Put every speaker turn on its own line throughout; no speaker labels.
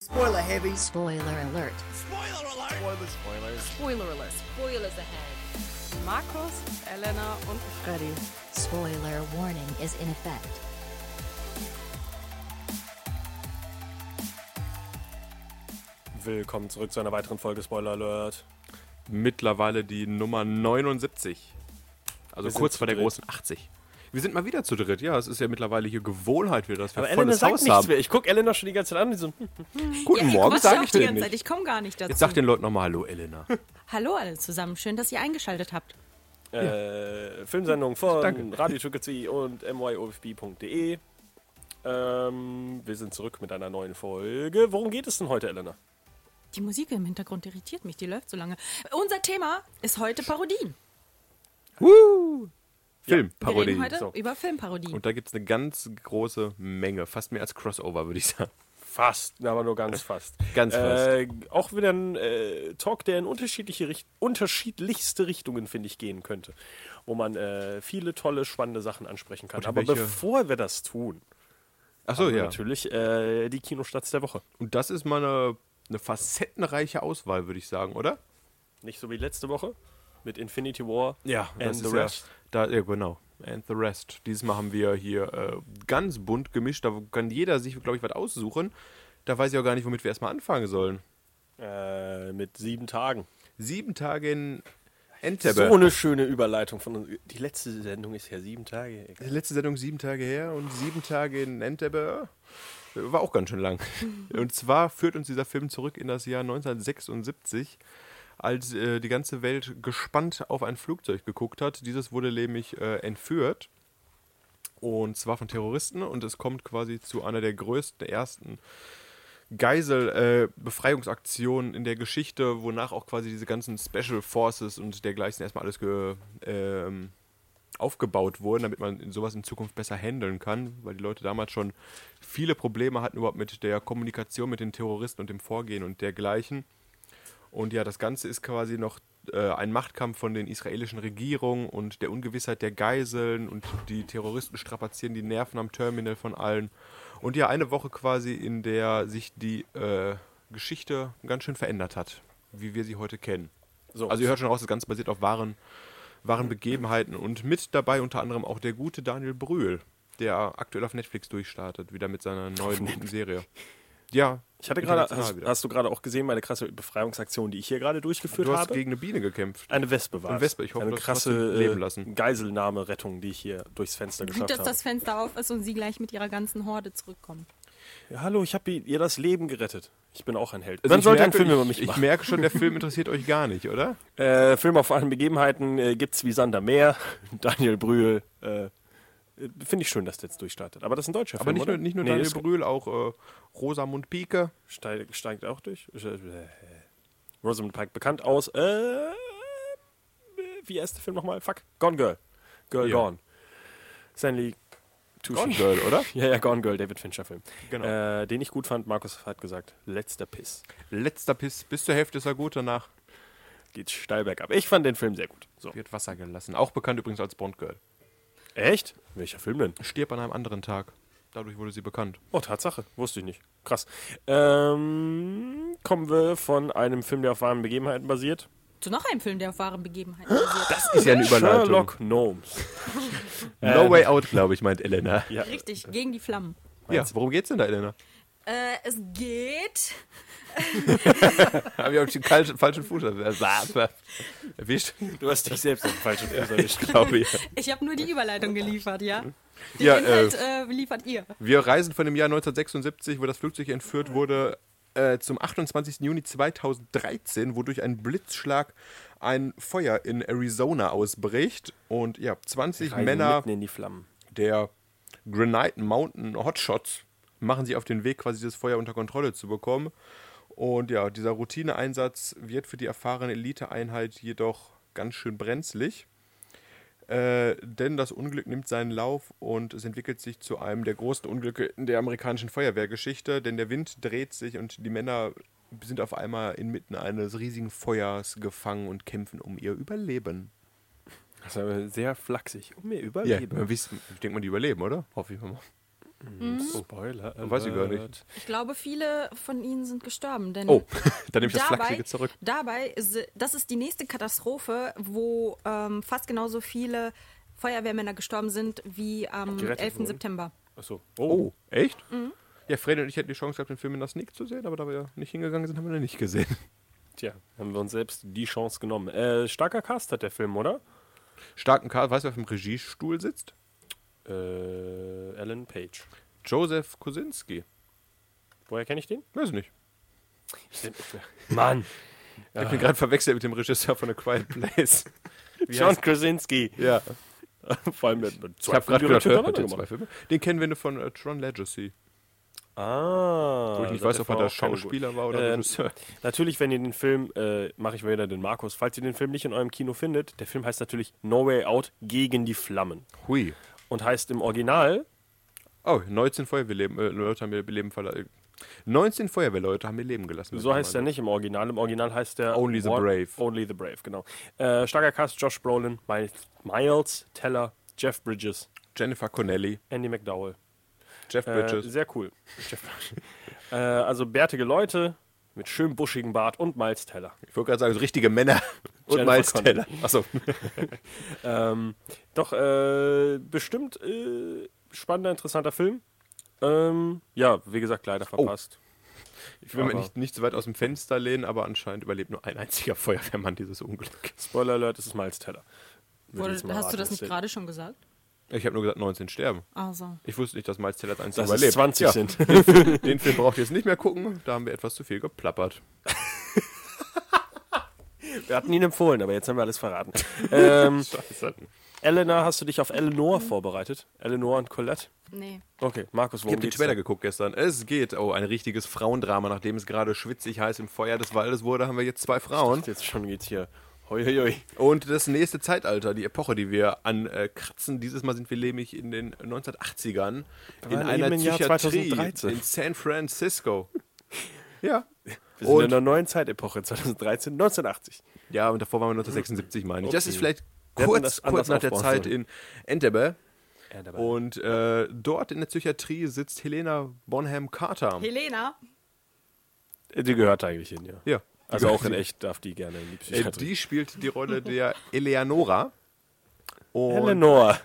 Spoiler heavy.
Spoiler alert.
Spoiler alert. Spoilers. Spoilers.
Spoiler alert. Spoilers ahead. Markus, Elena und Freddy.
Spoiler warning is in effect.
Willkommen zurück zu einer weiteren Folge Spoiler Alert.
mittlerweile die Nummer 79. Also
Wir sind
kurz
zu
vor der
dritt.
großen 80. Wir sind mal wieder zu dritt, ja. Es ist ja mittlerweile hier Gewohnheit wieder, dass wir
Aber Elena
volles
sagt
Haus
nichts
haben.
mehr. Ich gucke Elena schon die ganze Zeit an. Die so, hm,
Guten Morgen, sage ich
die
dir
ganze Zeit.
nicht.
Ich komme gar nicht dazu.
Jetzt sag den Leuten nochmal Hallo, Elena.
Hallo alle zusammen, schön, dass ihr eingeschaltet habt.
äh, Filmsendung von
Danke.
Radio Chukatsi und myofb.de. E. Ähm, wir sind zurück mit einer neuen Folge. Worum geht es denn heute, Elena?
Die Musik im Hintergrund irritiert mich, die läuft so lange. Unser Thema ist heute Parodien.
Film,
Wir
Parodie.
reden heute
So.
über Filmparodien.
Und da gibt es eine ganz große Menge, fast mehr als Crossover, würde ich sagen.
Fast, aber nur ganz fast.
Ganz
Äh, auch wieder ein äh, Talk, der in unterschiedliche Richt unterschiedlichste Richtungen, finde ich, gehen könnte. Wo man äh, viele tolle, spannende Sachen ansprechen kann.
Und
Aber
welche-
bevor wir das tun,
Achso, ja.
natürlich äh, die Kinostarts der Woche.
Also Und das ist mal eine, eine facettenreiche Auswahl, würde ich sagen, oder?
Nicht so wie letzte Woche mit Infinity War and
das
the
ist
Rest.
Ja, da, ja, genau. And the rest. Dieses Mal haben wir hier äh, ganz bunt gemischt. Da kann jeder sich, glaube ich, was aussuchen. Da weiß ich auch gar nicht, womit wir erstmal anfangen sollen.
Äh, mit sieben Tagen.
Sieben Tage in
So
Entebbe.
eine schöne Überleitung von uns. Die letzte Sendung ist ja sieben Tage.
Die Letzte Sendung sieben Tage her und sieben Tage in Entebbe äh, war auch ganz schön lang. Und zwar führt uns dieser Film zurück in das Jahr 1976, als äh, die ganze Welt gespannt auf ein Flugzeug geguckt hat. Dieses wurde nämlich äh, entführt und zwar von Terroristen und es kommt quasi zu einer der größten, der ersten Geisel-Befreiungsaktionen in der Geschichte, wonach auch quasi diese ganzen Special Forces und dergleichen erstmal alles ge, ähm, aufgebaut wurden, damit man in sowas in Zukunft besser handeln kann, weil die Leute damals schon viele Probleme hatten überhaupt mit der Kommunikation mit den Terroristen und dem Vorgehen und dergleichen. Und ja, das Ganze ist quasi noch äh, ein Machtkampf von den israelischen Regierungen und der Ungewissheit der Geiseln und die Terroristen strapazieren die Nerven am Terminal von allen. Und ja, eine Woche quasi, in der sich die äh, Geschichte ganz schön verändert hat, wie wir sie heute kennen.
So.
Also ihr hört schon raus, das Ganze basiert auf wahren, wahren Begebenheiten und mit dabei unter anderem auch der gute Daniel Brühl, der aktuell auf Netflix durchstartet, wieder mit seiner neuen guten Serie. Ja,
Ich hatte gerade,
international
hast,
wieder.
hast du gerade auch gesehen, meine krasse Befreiungsaktion, die ich hier gerade durchgeführt
du hast
habe?
gegen eine Biene gekämpft.
eine Wespe war
Eine
es.
Wespe, ich hoffe,
Eine
du hast
krasse
trotzdem leben
äh,
lassen.
Geiselnahme-Rettung, die ich hier durchs Fenster
Gut,
geschafft
dass
habe.
das Fenster auf ist und sie gleich mit ihrer ganzen Horde zurückkommen.
Ja, hallo, ich habe ihr das Leben gerettet. Ich bin auch ein Held.
Also
Man
ich
sollte einen
merke-
Film
ich,
über mich
Ich
machen.
merke schon, der Film interessiert euch gar nicht, oder?
Äh, Film auf allen Begebenheiten äh, gibt's wie Sander Meer, Daniel Brühl. Äh, Finde ich schön, dass der jetzt durchstartet. Aber das ist ein deutscher
Aber
Film,
nicht
oder?
nur, nicht nur
Nee,
Daniel
ist-
Brühl, auch äh, Rosamund Pike.
steigt, steigt auch durch. Ist, äh, Rosamund Pike bekannt aus. Äh, äh, wie heißt der Film nochmal? Fuck. Gone Girl. Girl
Ja.
Gone. Stanley Tucci.
Gone Girl, oder?
Ja, ja, Gone Girl, David Fincher Film.
Genau.
Äh, den ich gut fand, Markus hat gesagt, letzter Piss.
Letzter Piss, bis zur Hälfte ist er gut, danach
Geht steil bergab. Ich fand den Film sehr gut. So.
wird Wasser gelassen. Auch bekannt übrigens als Bond Girl.
Echt? Welcher Film denn?
Stirb an einem anderen Tag. Dadurch wurde sie bekannt.
Oh, Tatsache. Wusste ich nicht. Krass. Ähm, kommen wir von einem Film, der auf wahren Begebenheiten basiert.
Zu noch einem Film, der auf wahren Begebenheiten basiert.
Das ist ja eine
Sherlock Gnomes.
No Way Out, glaube ich, meint Elena.
Ja,
Richtig, gegen die Flammen.
Ja, worum geht's denn da, Elena?
Äh, es geht
Haben wir auf den kalten- falschen Fuß erwischt?
du hast dich selbst auf den falschen Fuß erwischt.
Glaube ich.
Ich habe nur die Überleitung geliefert, ja? Den
Ja,
Inhalt
halt
äh, liefert ihr.
Wir reisen von dem Jahr 1976, wo das Flugzeug entführt wurde, äh, zum 28. Juni 2013, wodurch ein Blitzschlag ein Feuer in Arizona ausbricht. Und ja, 20
Reisen
Männer
mitten in die Flammen.
der Granite Mountain Hotshots machen sich auf den Weg, quasi dieses Feuer unter Kontrolle zu bekommen. Und ja, dieser Routineeinsatz wird für die erfahrene Eliteeinheit jedoch ganz schön brenzlig. Äh, denn das Unglück nimmt seinen Lauf und es entwickelt sich zu einem der großen Unglücke in der amerikanischen Feuerwehrgeschichte, denn der Wind dreht sich und die Männer sind auf einmal inmitten eines riesigen Feuers gefangen und kämpfen um ihr Überleben.
Das ist aber sehr flachsig. Um mir
Ja,
überleben.
man wisst- ich denke mal, die überleben, oder? Hoffe ich mal.
Hm. Spoiler.
Oh. Hm, Weiß ich gar nicht.
alert.
Ich glaube, viele von ihnen sind gestorben, denn
Oh, dann nehme ich das
dabei,
Flachsige zurück.
dabei, si- das ist die nächste Katastrophe, wo ähm, fast genauso viele Feuerwehrmänner gestorben sind wie am
Gerettet
11.
wurden.
September.
Achso.
Oh, echt? Ja, Fred und ich hätten die Chance gehabt, den Film in der Sneak zu sehen, aber da wir ja nicht hingegangen sind, haben wir den nicht gesehen.
Tja, haben wir uns selbst die Chance genommen. Äh, starker Cast hat der Film, oder?
Starken Karl, weißt du, wer auf dem Regiestuhl sitzt?
Äh, Alan Page.
Joseph Kosinski.
Woher kenne ich den?
Weiß ich nicht.
Mann!
Ich hab ihn gerade verwechselt mit dem Regisseur von A Quiet Place. Wie
John
heißt-
Krasinski.
Ja,
Vor allem mit, mit
ich habe gerade gedacht, hört mit den zwei
gemacht.
Filmen. Den kennen wir nur von äh, Tron Legacy.
Ah.
Wo ich nicht
das
weiß, ob er
war
da
auch keine
Schauspieler
gute-
war oder Regisseur.
Natürlich, wenn ihr den Film, äh, mache ich mal wieder den Markus, falls ihr den Film nicht in eurem Kino findet, der Film heißt natürlich No Way Out gegen die Flammen.
Hui.
Und heißt im Original,
Oh, 19 Feuerwehrleben, äh, Leute haben ihr Leben verlassen. 19 Feuerwehrleute haben ihr Leben gelassen.
so heißt er nicht im Original, im Original heißt der
Only the
What-
Brave.
Only the Brave, genau. Äh, starker Cast, Josh Brolin, Miles, Miles Teller, Jeff Bridges,
Jennifer Connelly,
Andy McDowell.
Jeff
Äh,
Bridges.
sehr cool. Jeff Bridges. äh, also bärtige Leute mit schön buschigem Bart und Miles Teller.
ich wollte gerade sagen, so richtige Männer. Und
Jennifer
Miles
Connelly.
Teller. Achso.
Ähm, doch, äh, bestimmt äh, spannender, interessanter Film. Ähm, ja, wie gesagt, leider
Oh.
verpasst.
Ich will mich
Aber-
nicht, nicht so weit aus dem Fenster lehnen, aber anscheinend überlebt nur ein einziger Feuerwehrmann dieses Unglück.
Spoiler Alert, es ist Miles Teller. Würde
Wurde,
ich jetzt mal
hast du
raten,
das nicht
dass-
gerade schon gesagt?
Ich habe nur gesagt, 19 sterben.
Also.
Ich wusste nicht, dass Miles Teller als einziger
Dass
überlebt.
es 20
ja,
sind.
Den Film braucht ihr jetzt nicht mehr gucken, da haben wir etwas zu viel geplappert.
Wir hatten ihn empfohlen, aber jetzt haben wir alles verraten. ähm,
Scheiße.
Eleanor, hast du dich auf Eleanor vorbereitet? Eleanor und Colette?
Nee.
Okay, Markus,
Ich
worum
habe den
geht's?
Trailer
denn?
geguckt gestern. Es geht, oh, ein richtiges Frauendrama. Nachdem es gerade schwitzig heiß im Feuer des Waldes wurde, haben wir jetzt zwei Frauen.
Jetzt schon geht's hier. Hoi, hoi, hoi.
Und das nächste Zeitalter, die Epoche, die wir ankratzen. Dieses Mal sind wir nämlich in den 1980ern in
waren wir
einer
eben im Jahr
Psychiatrie
2013.
in San Francisco. ja.
Wir sind
Und
in der neuen Zeitepoche, 2013, 1980.
Ja, und davor waren wir 1976, meine ich. Das
Okay.
ist vielleicht
Wir hätten
kurz,
das
kurz
anders
nach der
aufbauen
Zeit
sollen.
in Entebbe.
Und
Und äh, dort in der Psychiatrie sitzt Helena Bonham Carter.
Helena,
die gehört eigentlich hin, ja.
ja.
Also auch in echt darf die gerne in die
Äh,
Psychiatrie.
die spielt die Rolle der Eleonora. Und
Eleanor.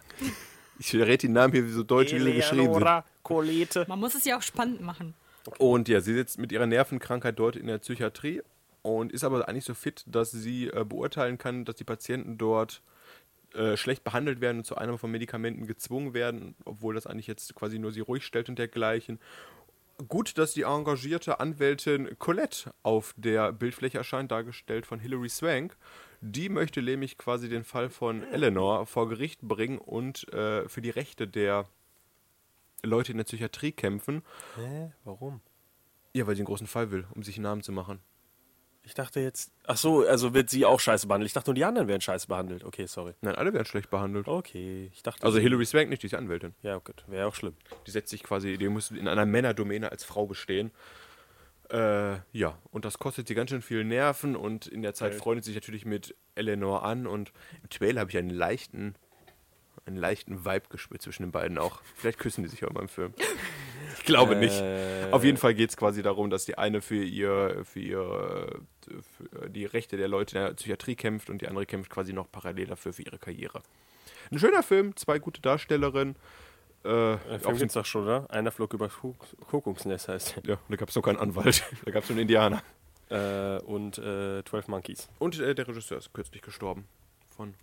ich rede den Namen hier wie so deutsch, wie sie geschrieben sind.
Eleonora, Colette.
man muss es ja auch spannend machen.
Und ja, sie sitzt mit ihrer Nervenkrankheit dort in der Psychiatrie und ist aber eigentlich so fit, dass sie äh, beurteilen kann, dass die Patienten dort äh, schlecht behandelt werden und zur Einnahme von Medikamenten gezwungen werden, obwohl das eigentlich jetzt quasi nur sie ruhig stellt und dergleichen. Gut, dass die engagierte Anwältin Colette auf der Bildfläche erscheint, dargestellt von Hilary Swank. Die möchte nämlich quasi den Fall von Eleanor vor Gericht bringen und äh, für die Rechte der Leute in der Psychiatrie kämpfen.
Hä? Warum?
Ja, weil sie einen großen Fall will, um sich einen Namen zu machen.
Ich dachte jetzt. Ach so, also wird sie auch scheiße behandelt. Ich dachte nur, die anderen werden scheiße behandelt. Okay, sorry.
Nein, alle werden schlecht behandelt.
Oh. Okay, ich dachte.
Also
sie-
Hillary Swank nicht, die ist die Anwältin.
Ja, gut, wäre auch schlimm.
Die setzt sich quasi, die muss in einer Männerdomäne als Frau bestehen. Äh, ja, und das kostet sie ganz schön viel Nerven und in der Zeit freundet sie sich natürlich mit Eleanor an und im Trailer habe ich einen leichten, einen leichten Vibe gespürt zwischen den beiden auch. Vielleicht küssen die sich auch mal im Film. Ich glaube nicht. Auf jeden Fall geht es quasi darum, dass die eine für ihr, für ihr, für die Rechte der Leute in der Psychiatrie kämpft und die andere kämpft quasi noch parallel dafür für ihre Karriere. Ein schöner Film, zwei gute Darstellerinnen. Äh,
Auf
auf
dem gibt's doch schon, oder? Einer flog über Kuckucksnest heißt.
ja, da gab es noch keinen Anwalt, da gab es nur einen Indianer.
äh, und äh, 12 Monkeys.
Und äh, der Regisseur ist kürzlich gestorben von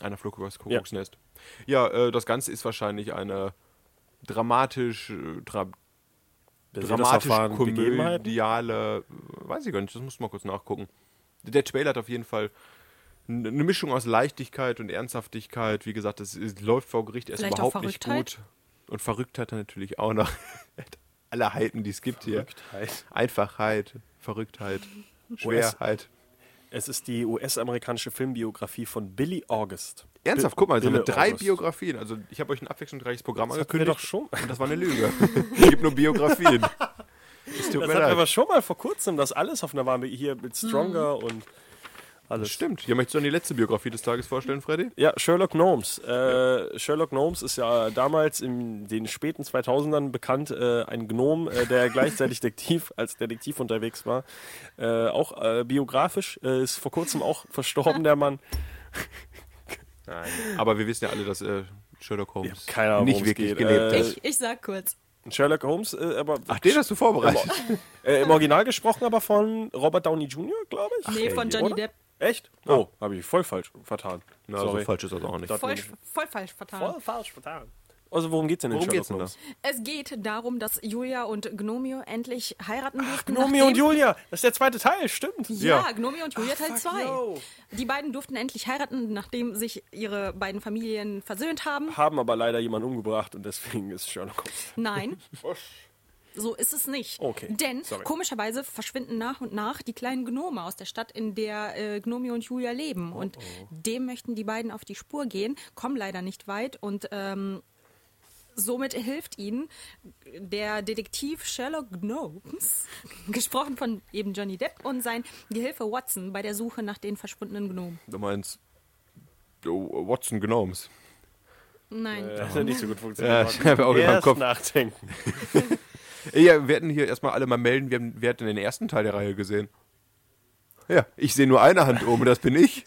einer Flug übers Kuckucksnest. Ja, äh, das Ganze ist wahrscheinlich eine dramatisch, äh, dra dramatisch
Begebenheiten?
komödiale, äh, weiß ich gar nicht, das muss man kurz nachgucken. Der Trailer hat auf jeden Fall n- eine Mischung aus Leichtigkeit und Ernsthaftigkeit. Wie gesagt, es, es läuft vor Gericht erst
Vielleicht auch
überhaupt nicht
Verrücktheit?
gut. Und Verrücktheit dann natürlich auch noch. Alle Heiten, die es gibt
Verrücktheit.
hier. Einfachheit, Verrücktheit, Schwerheit.
Es ist die US-amerikanische Filmbiografie von Billy August.
Ernsthaft, guck mal, jetzt haben wir
Bille
drei
August.
Biografien. Also ich habe euch ein abwechslungsreiches Programm
Das hatten wir
angekündigt.
doch schon.
Und das war eine Lüge. es gibt nur Biografien. Es tut
Das hatten wir
mir leid. Hm.
aber schon mal vor kurzem, das alles auf einer Warme hier mit Stronger und Alles.
Stimmt. Ja, möchtest du dann die letzte Biografie des Tages vorstellen, Freddy?
Ja, Sherlock Gnomes. Äh, Sherlock Gnomes ist ja damals in den späten 2000ern bekannt, äh, ein Gnom, äh, der gleichzeitig Detektiv, als Detektiv unterwegs war. Äh, auch äh, biografisch, äh, ist vor kurzem auch verstorben, der Mann.
Nein. Aber wir wissen ja alle, dass äh, Sherlock Holmes
hab keine Ahnung,
nicht
worum es
wirklich
geht.
gelebt
Äh,
hat.
Ich, ich sag kurz.
Sherlock Holmes, äh, aber
Ach, den hast du vorbereitet.
äh, im Original gesprochen, aber von Robert Downey Jr., glaube ich.
Nee, von Johnny Depp.
Echt? Oh, habe ich voll falsch vertan.
Na,
Sorry.
so falsch ist das auch nicht.
Dort-
Voll, voll falsch vertan.
Voll falsch vertan. Also worum geht's denn in
Worum
Sherlock
geht's denn da?
Holmes?
Es geht darum, dass Julia und Gnomio endlich heiraten durften.
Gnomeo und
nachdem-
Julia, das ist der zweite Teil, stimmt.
Ja,
Ja.
Gnomio und Julia Teil 2.
yo.
Die beiden durften endlich heiraten, nachdem sich ihre beiden Familien versöhnt haben.
Haben aber leider jemanden umgebracht und deswegen ist Sherlock Holmes.
Nein. So ist es nicht.
Okay,
Denn
sorry.
komischerweise verschwinden nach und nach die kleinen Gnome aus der Stadt, in der äh, Gnomio und Julia leben.
Oh,
Und dem möchten die beiden auf die Spur gehen, kommen leider nicht weit und ähm, somit hilft ihnen der Detektiv Sherlock Gnomes, gesprochen von eben Johnny Depp, und sein Gehilfe Watson bei der Suche nach den verschwundenen Gnomen.
Du meinst oh, Watson Gnomes.
Nein.
Das hat nicht so gut
Ja,
funktioniert.
ich habe auch in meinem
Erst
Kopf.
nachdenken.
Ja, wir hätten hier erstmal alle mal melden, wir, haben, wer hat denn den ersten Teil der Reihe gesehen? Ja, ich sehe nur eine Hand oben, das bin ich.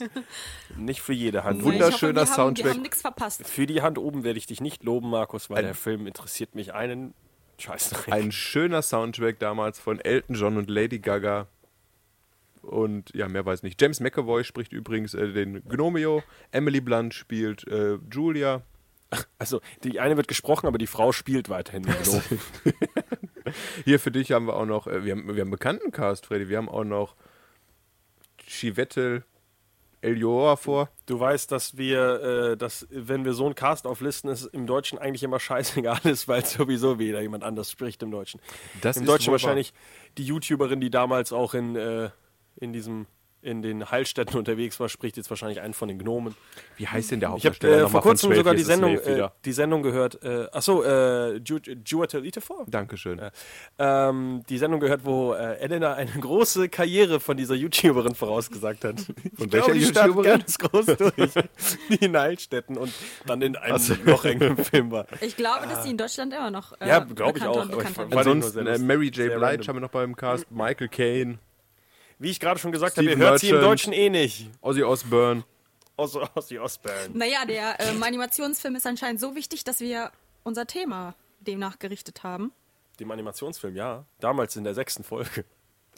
Nicht für jede Hand.
Nein.
Ich hoffe,
wunderschöner
wir haben, Wir
Soundtrack.
haben nichts verpasst.
Für die Hand oben werde ich dich nicht loben, Markus, weil
Ein-
der Film interessiert mich einen Scheiß Dreck.
Ein schöner Soundtrack damals von Elton John und Lady Gaga. Und ja, mehr weiß nicht. James McAvoy spricht übrigens äh, den Gnomeo. Emily Blunt spielt äh, Julia.
Also, die eine wird gesprochen, aber die Frau spielt weiterhin. den Gnom.
Hier für dich haben wir auch noch, äh, wir, haben, wir haben einen Bekanntencast, Freddy. Wir haben auch noch Chivetel Elioa vor.
Du weißt, dass wir, äh, dass, wenn wir so einen Cast auflisten, es im Deutschen eigentlich immer scheißegal ist, weil sowieso wieder jemand anders spricht im Deutschen.
Das
Im
ist
Deutschen
wohl wahr.
wahrscheinlich die YouTuberin, die damals auch in, äh, in diesem in den Heilstätten unterwegs war, spricht jetzt wahrscheinlich einen von den Gnomen.
Wie heißt denn der
Ich habe
Hauptdarsteller?
äh, vor
nochmal von
kurzem sogar
12
die
Years a
Sendung,
Slave
äh,
wieder?
die Sendung gehört, äh, achso, äh, Ju- Jua Tell Itefor?
Dankeschön.
äh, Ähm, die Sendung gehört, wo äh, Elena eine große Karriere von dieser YouTuberin vorausgesagt hat.
Von
Ich glaube,
welcher
die stand
YouTuberin?
ganz groß durch die Nalstetten und dann in einem
so.
noch engen Film war.
Ich glaube, dass die in Deutschland immer noch. Äh,
Ah. Ja, glaub ich
bekannter
auch, aber
und
ich
bekannter
fand-
werden.
Ansonsten
sehr
äh, Mary J.
sehr
Blige
random.
haben wir noch beim Cast, Michael Caine,
Wie ich gerade schon gesagt habe,
Steven
ihr hört sie im
Merchant.
Deutschen eh nicht.
Ozzy Osbourne.
Außer aus die Ostbahn.
Naja, der ähm, Animationsfilm ist anscheinend so wichtig, dass wir unser Thema demnach gerichtet haben.
Dem Animationsfilm, ja. Damals in der sechsten Folge.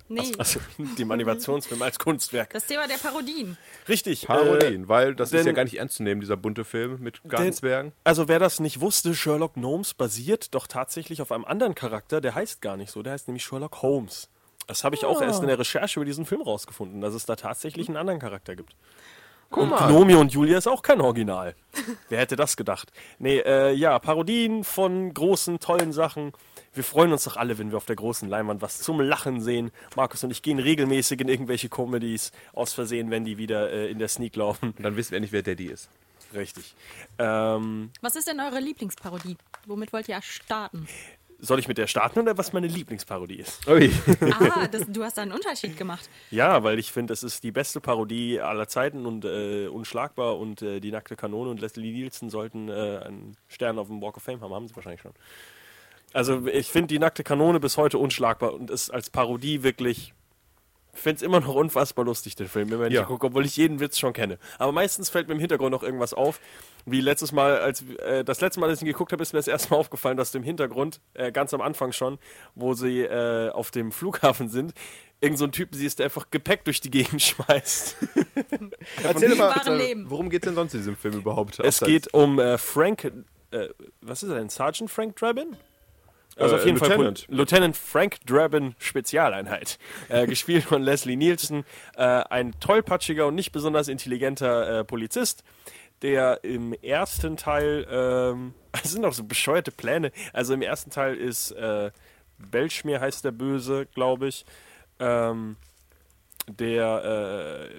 Nee,
Also dem Animationsfilm als Kunstwerk.
das Thema der Parodien.
Richtig.
Parodien,
äh,
weil das ist
denn-
ja gar nicht ernst zu nehmen, dieser bunte Film mit Gartenzwergen.
Also wer das nicht wusste, Sherlock Gnomes basiert doch tatsächlich auf einem anderen Charakter, der heißt gar nicht so, der heißt nämlich Sherlock Holmes. Das habe ich auch erst in der Recherche über diesen Film rausgefunden, dass es da tatsächlich einen anderen Charakter gibt.
Guck
Und Gnomio und Julia ist auch kein Original. Wer hätte das gedacht? Nee, äh, ja, Parodien von großen, tollen Sachen. Wir freuen uns doch alle, wenn wir auf der großen Leinwand was zum Lachen sehen. Markus und ich gehen regelmäßig in irgendwelche Comedies aus Versehen, wenn die wieder äh, in der Sneak laufen.
Und dann wissen wir endlich, wer Daddy ist.
Richtig. Ähm,
Was ist denn eure Lieblingsparodie? Womit wollt ihr starten?
soll ich mit der starten oder was meine Lieblingsparodie ist?
Ui.
Ah, das, du hast da einen Unterschied gemacht.
Ja, weil ich finde, es ist die beste Parodie aller Zeiten und äh, unschlagbar und äh, die nackte Kanone und Leslie Nielsen sollten äh, einen Stern auf dem Walk of Fame haben, haben sie wahrscheinlich schon. Also ich finde die nackte Kanone bis heute unschlagbar und ist als Parodie wirklich. Ich finde es immer noch unfassbar lustig, den Film, wenn ich
Ja.
ja. gucke, obwohl ich jeden Witz schon kenne. Aber meistens fällt mir im Hintergrund noch irgendwas auf. Wie letztes Mal, als äh, das letzte Mal, als ich ihn geguckt habe, ist mir das erste Mal aufgefallen, dass im Hintergrund, äh, ganz am Anfang schon, wo sie äh, auf dem Flughafen sind, irgend so ein Typ sie ist, der einfach Gepäck durch die Gegend schmeißt.
Erzähl mal,
wahren Leben.
worum geht es denn sonst in diesem Film überhaupt?
es
Abseits-
geht um äh, Frank, äh, was ist er denn, Sergeant Frank Drabin? Also
Äh,
auf jeden
Lieutenant.
Fall Pol- Lieutenant Frank Drabin Spezialeinheit, äh, gespielt von Leslie Nielsen, äh, ein tollpatschiger und nicht besonders intelligenter äh, Polizist, der im ersten Teil, ähm, es sind auch so bescheuerte Pläne, also im ersten Teil ist äh, Belschmier heißt der Böse, glaube ich, ähm, der äh,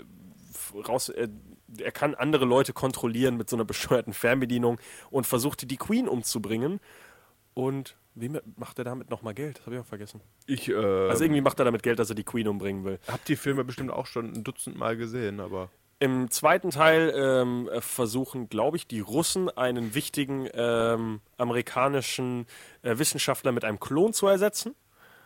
f- raus, äh, er kann andere Leute kontrollieren mit so einer bescheuerten Fernbedienung und versuchte die Queen umzubringen und Wem macht er damit nochmal Geld? Das habe ich auch vergessen.
Ich äh,
Also irgendwie macht er damit Geld, dass er die Queen umbringen will.
hab die Filme bestimmt auch schon ein Dutzend Mal gesehen, aber
Im zweiten Teil ähm, versuchen, glaube ich, die Russen einen wichtigen ähm, amerikanischen äh, Wissenschaftler mit einem Klon zu ersetzen.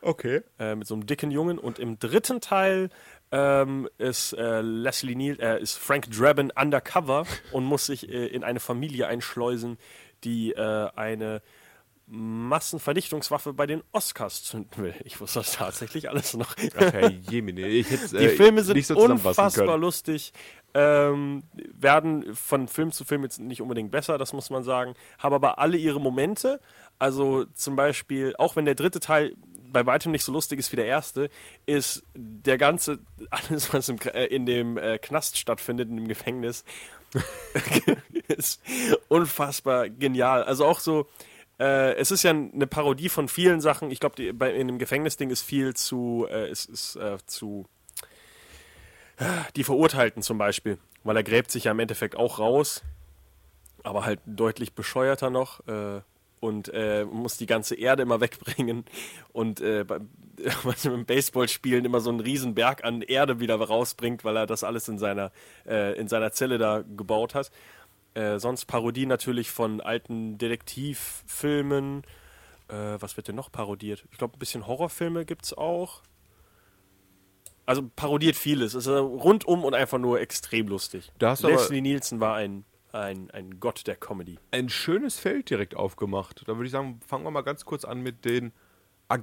okay.
äh, mit so einem dicken Jungen. Und im dritten Teil ähm, ist äh, Leslie Neal, äh, ist Frank Drabin undercover und muss sich äh, in eine Familie einschleusen, die äh, eine Massenvernichtungswaffe bei den Oscars zünden will. Ich wusste das tatsächlich alles noch.
Ach, Jemine, ich hätt's,
Die
äh,
Filme sind
nicht so zusammenfassen
unfassbar
können.
lustig, ähm, werden von Film zu Film jetzt nicht unbedingt besser, das muss man sagen, haben aber alle ihre Momente. Also zum Beispiel, auch wenn der dritte Teil bei weitem nicht so lustig ist wie der erste, ist der ganze, alles, was im, K- äh, in dem äh, Knast stattfindet, in dem Gefängnis, ist unfassbar genial. Also auch so, äh, es ist ja eine Parodie von vielen Sachen. Ich glaube, die- bei- in dem Gefängnisding ist viel zu, äh, ist, ist äh, zu die Verurteilten zum Beispiel, weil er gräbt sich ja im Endeffekt auch raus, aber halt deutlich bescheuerter noch äh, und äh, muss die ganze Erde immer wegbringen und äh, beim, also beim Baseballspielen immer so einen riesen Berg an Erde wieder rausbringt, weil er das alles in seiner, äh, in seiner Zelle da gebaut hat. Äh, sonst Parodie natürlich von alten Detektivfilmen. Äh, was wird denn noch parodiert? Ich glaube, ein bisschen Horrorfilme gibt es auch. Also parodiert vieles. Es ist äh, rundum und einfach nur extrem lustig.
Da hast du aber-
Leslie Nielsen war ein, ein, ein Gott der Comedy.
Ein schönes Feld direkt aufgemacht. Da würde ich sagen, fangen wir mal ganz kurz an mit den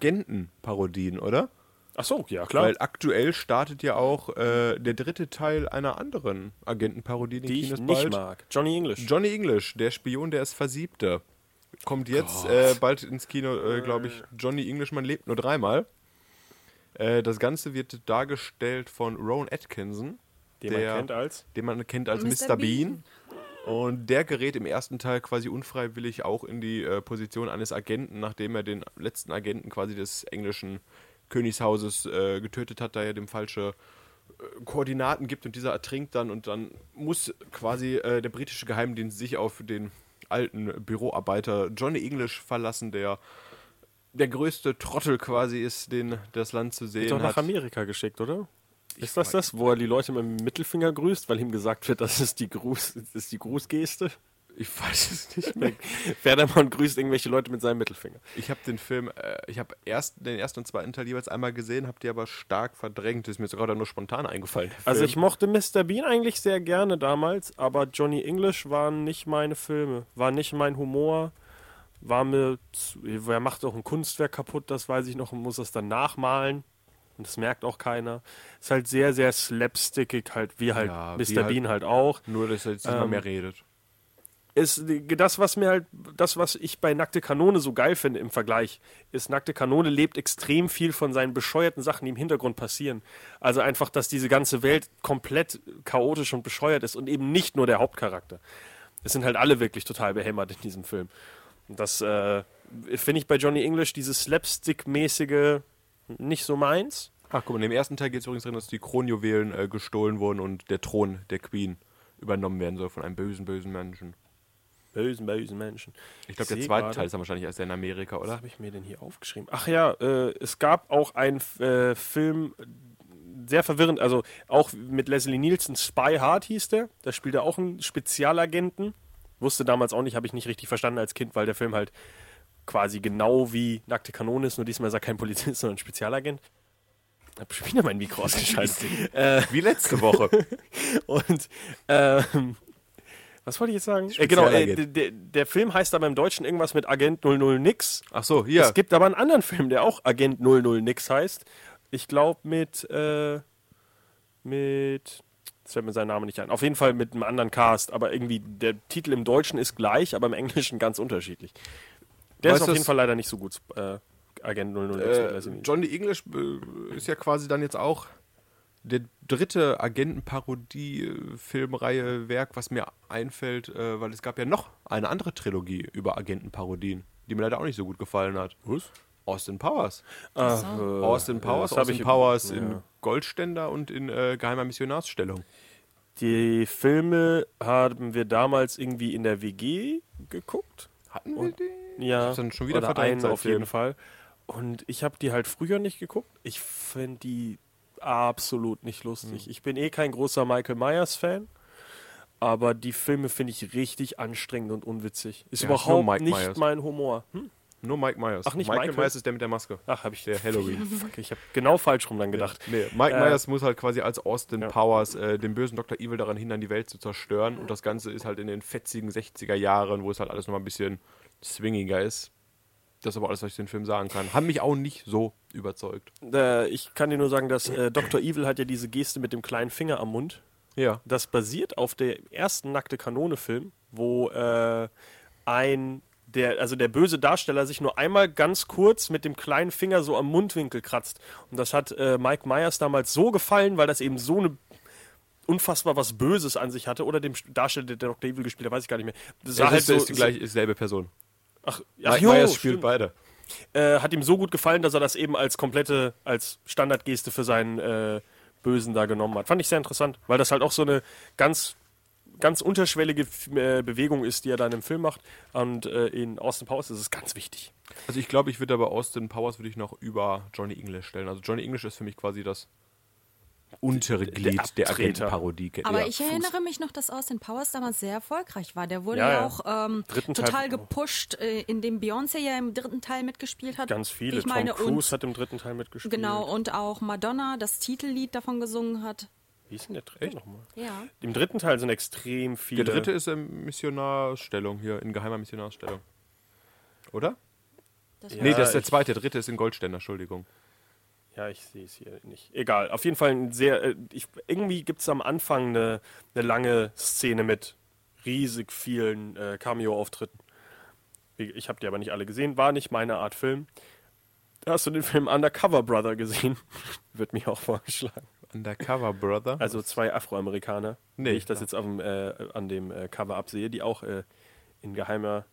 Agenten-Parodien, oder?
Ach so, ja, klar.
Weil aktuell startet ja auch äh, der dritte Teil einer anderen Agentenparodie, in den
die ich
Kinos
nicht
bald.
mag. Johnny English.
Johnny English, der Spion, der ist Versiebte. Kommt jetzt äh, bald ins Kino, äh, glaube ich, Johnny Englishman lebt nur dreimal. Äh, das Ganze wird dargestellt von Rowan Atkinson,
den
der-
man kennt als.
den man kennt als Mr.
Mr.
Bean. Und der gerät im ersten Teil quasi unfreiwillig auch in die äh, Position eines Agenten, nachdem er den letzten Agenten quasi des englischen Königshauses äh, getötet hat, da er dem falsche äh, Koordinaten gibt und dieser ertrinkt dann und dann muss quasi äh, der britische Geheimdienst sich auf den alten Büroarbeiter Johnny English verlassen, der der größte Trottel quasi ist, den das Land zu
Ist doch
sehen
nach
hat.
Amerika geschickt, oder? Ist das
weiß-
das, wo er die Leute mit dem Mittelfinger grüßt, weil ihm gesagt wird, das ist die, Gruß, das ist die Grußgeste?
Ich weiß es nicht mehr.
Werdermann grüßt irgendwelche Leute mit seinem Mittelfinger.
Ich habe den Film, äh, ich habe erst den ersten und zweiten Teil jeweils einmal gesehen, habe die aber stark verdrängt. Ist mir jetzt gerade nur spontan eingefallen. der
Also
Film.
ich mochte Mr. Bean eigentlich sehr gerne damals, aber Johnny English waren nicht meine Filme, war nicht mein Humor, war mir, zu- wer macht auch ein Kunstwerk kaputt, das weiß ich noch und muss das dann nachmalen. Und das merkt auch keiner. Ist halt sehr, sehr slapstickig, halt wie halt
Ja,
Mr.
wie halt-
Bean halt auch.
nur, dass er jetzt nicht mal
Ähm,
mehr redet.
ist das, was mir halt, das, was ich bei Nackte Kanone so geil finde im Vergleich, ist, Nackte Kanone lebt extrem viel von seinen bescheuerten Sachen, die im Hintergrund passieren. Also einfach, dass diese ganze Welt komplett chaotisch und bescheuert ist und eben nicht nur der Hauptcharakter. Es sind halt alle wirklich total behämmert in diesem Film. Und das äh, finde ich bei Johnny English, dieses Slapstick-mäßige nicht so meins.
Ach guck mal, in dem ersten Teil geht es übrigens drin, dass die Kronjuwelen äh, gestohlen wurden und der Thron der Queen übernommen werden soll von einem bösen, bösen Menschen.
Bösen, bösen Menschen.
Ich glaube, der
seh
zweite
gerade-
Teil ist dann wahrscheinlich erst in Amerika,
Was
oder?
habe ich mir denn hier aufgeschrieben? Ach ja, äh, es gab auch einen äh, Film, äh, sehr verwirrend, also auch mit Leslie Nielsen, Spy Hard hieß der. Da spielt er auch einen Spezialagenten. Wusste damals auch nicht, habe ich nicht richtig verstanden als Kind, weil der Film halt quasi genau wie Nackte Kanone ist, nur diesmal ist er kein Polizist, sondern ein Spezialagent. Ich habe schon wieder mein Mikro ausgeschaltet. äh,
Wie letzte Woche.
und ähm, was wollte ich jetzt sagen? Äh, genau, äh,
Spezialagent.
der, der Film heißt aber im Deutschen irgendwas mit Agent 00 nix.
Ach so, hier.
Es gibt aber einen anderen Film, der auch Agent 00 nix heißt. Ich glaube mit äh, mit jetzt fällt mir sein Name nicht ein. Auf jeden Fall mit einem anderen Cast, aber irgendwie der Titel im Deutschen ist gleich, aber im Englischen ganz unterschiedlich. Der
Weißt
ist auf
du's-
jeden Fall leider nicht so gut. Äh, Agent 00 nix.
äh, Johnny English äh, ist ja quasi dann jetzt auch der dritte Agentenparodie-Filmreihe Werk, was mir einfällt, äh, weil es gab ja noch eine andere Trilogie über Agentenparodien, die mir leider auch nicht so gut gefallen hat. Was? Austin Powers. Austin Powers,
das hab
Austin
ich-
Powers in
ja.
Goldständer und in äh, geheimer Missionarsstellung.
Die Filme haben wir damals irgendwie in der WG geguckt.
Hatten wir den? Ich
Ja,
hab's dann schon wieder
oder
verdrängt
einen auf
seitdem.
jeden Fall. Und ich habe die halt früher nicht geguckt. Ich finde die absolut nicht
Hm.
lustig. Ich bin eh kein großer Michael Myers-Fan, aber die Filme finde ich richtig anstrengend und unwitzig. Ist
Ja, ist nur
überhaupt
Mike
nicht
Myers.
mein Humor. Hm?
Nur Mike Myers.
Ach, nicht
Michael
Michael?
Myers ist der mit der Maske.
Ach, habe ich
Der Halloween.
Fuck, ich habe genau falsch rum dann gedacht.
Nee, Mike
Äh,
Myers muss halt quasi als Austin
ja.
Powers äh, den bösen Dr. Evil daran hindern, die Welt zu zerstören. Und das Ganze ist halt in den fetzigen 60er Jahren, wo es halt alles nochmal ein bisschen swingiger ist. Das ist aber alles, was ich den Film sagen kann. Haben mich auch nicht so überzeugt.
Äh, ich kann dir nur sagen, dass äh, Dr. Evil hat ja diese Geste mit dem kleinen Finger am Mund.
Ja.
Das basiert auf der ersten nackte Kanone-Film, wo äh, ein der, also der böse Darsteller sich nur einmal ganz kurz mit dem kleinen Finger so am Mundwinkel kratzt. Und das hat äh, Mike Myers damals so gefallen, weil das eben so eine unfassbar was Böses an sich hatte. Oder dem Darsteller, der Dr. Evil gespielt hat, weiß ich gar nicht mehr. Das
Das
sah
ist, ist die gleich ist dieselbe Person.
Ach, halt ach
Mike
jo,
Myers spielt
stimmt
beide.
äh, hat ihm so gut gefallen, dass er das eben als komplette, als Standardgeste für seinen äh, Bösen da genommen hat. Fand ich sehr interessant, weil das halt auch so eine ganz, ganz unterschwellige F- äh, Bewegung ist, die er dann im Film macht. Und äh, in Austin Powers ist es ganz wichtig.
Also ich glaube, ich würde aber Austin Powers würde ich noch über Johnny English stellen. Also Johnny English ist für mich quasi das untere Glied der,
Abtreter.
Agentenparodie.
Aber
Ja.
ich erinnere mich noch, dass Austin Powers damals sehr erfolgreich war. Der wurde
Ja,
ja,
ja.
auch ähm,
Dritten Teil-
total gepusht, äh, in dem Beyoncé ja im dritten Teil mitgespielt hat.
Ganz viele.
Ich meine,
Tom Cruise
und,
hat im dritten Teil mitgespielt.
genau, und auch Madonna das Titellied davon gesungen hat.
Wie ist denn der dritte nochmal?
Ja.
Im dritten Teil sind extrem viele.
Der dritte ist in Missionarstellung hier, in geheimer Missionarstellung. Oder?
Das
nee, das ist der
ich-
zweite. Der dritte ist in Goldständer, Entschuldigung.
Ja, ich sehe es hier nicht. Egal. Auf jeden Fall ein sehr. äh, Ich, irgendwie gibt es am Anfang eine, eine lange Szene mit riesig vielen äh, Cameo-Auftritten. Wie- Ich habe die aber nicht alle gesehen. War nicht meine Art Film. Hast du den Film Undercover Brother gesehen? Wird mir auch vorgeschlagen.
Undercover Brother.
Also zwei Afroamerikaner,
Nee,
wie ich das
klar.
jetzt auf dem, äh, an dem äh, Cover absehe, die auch äh, in geheimer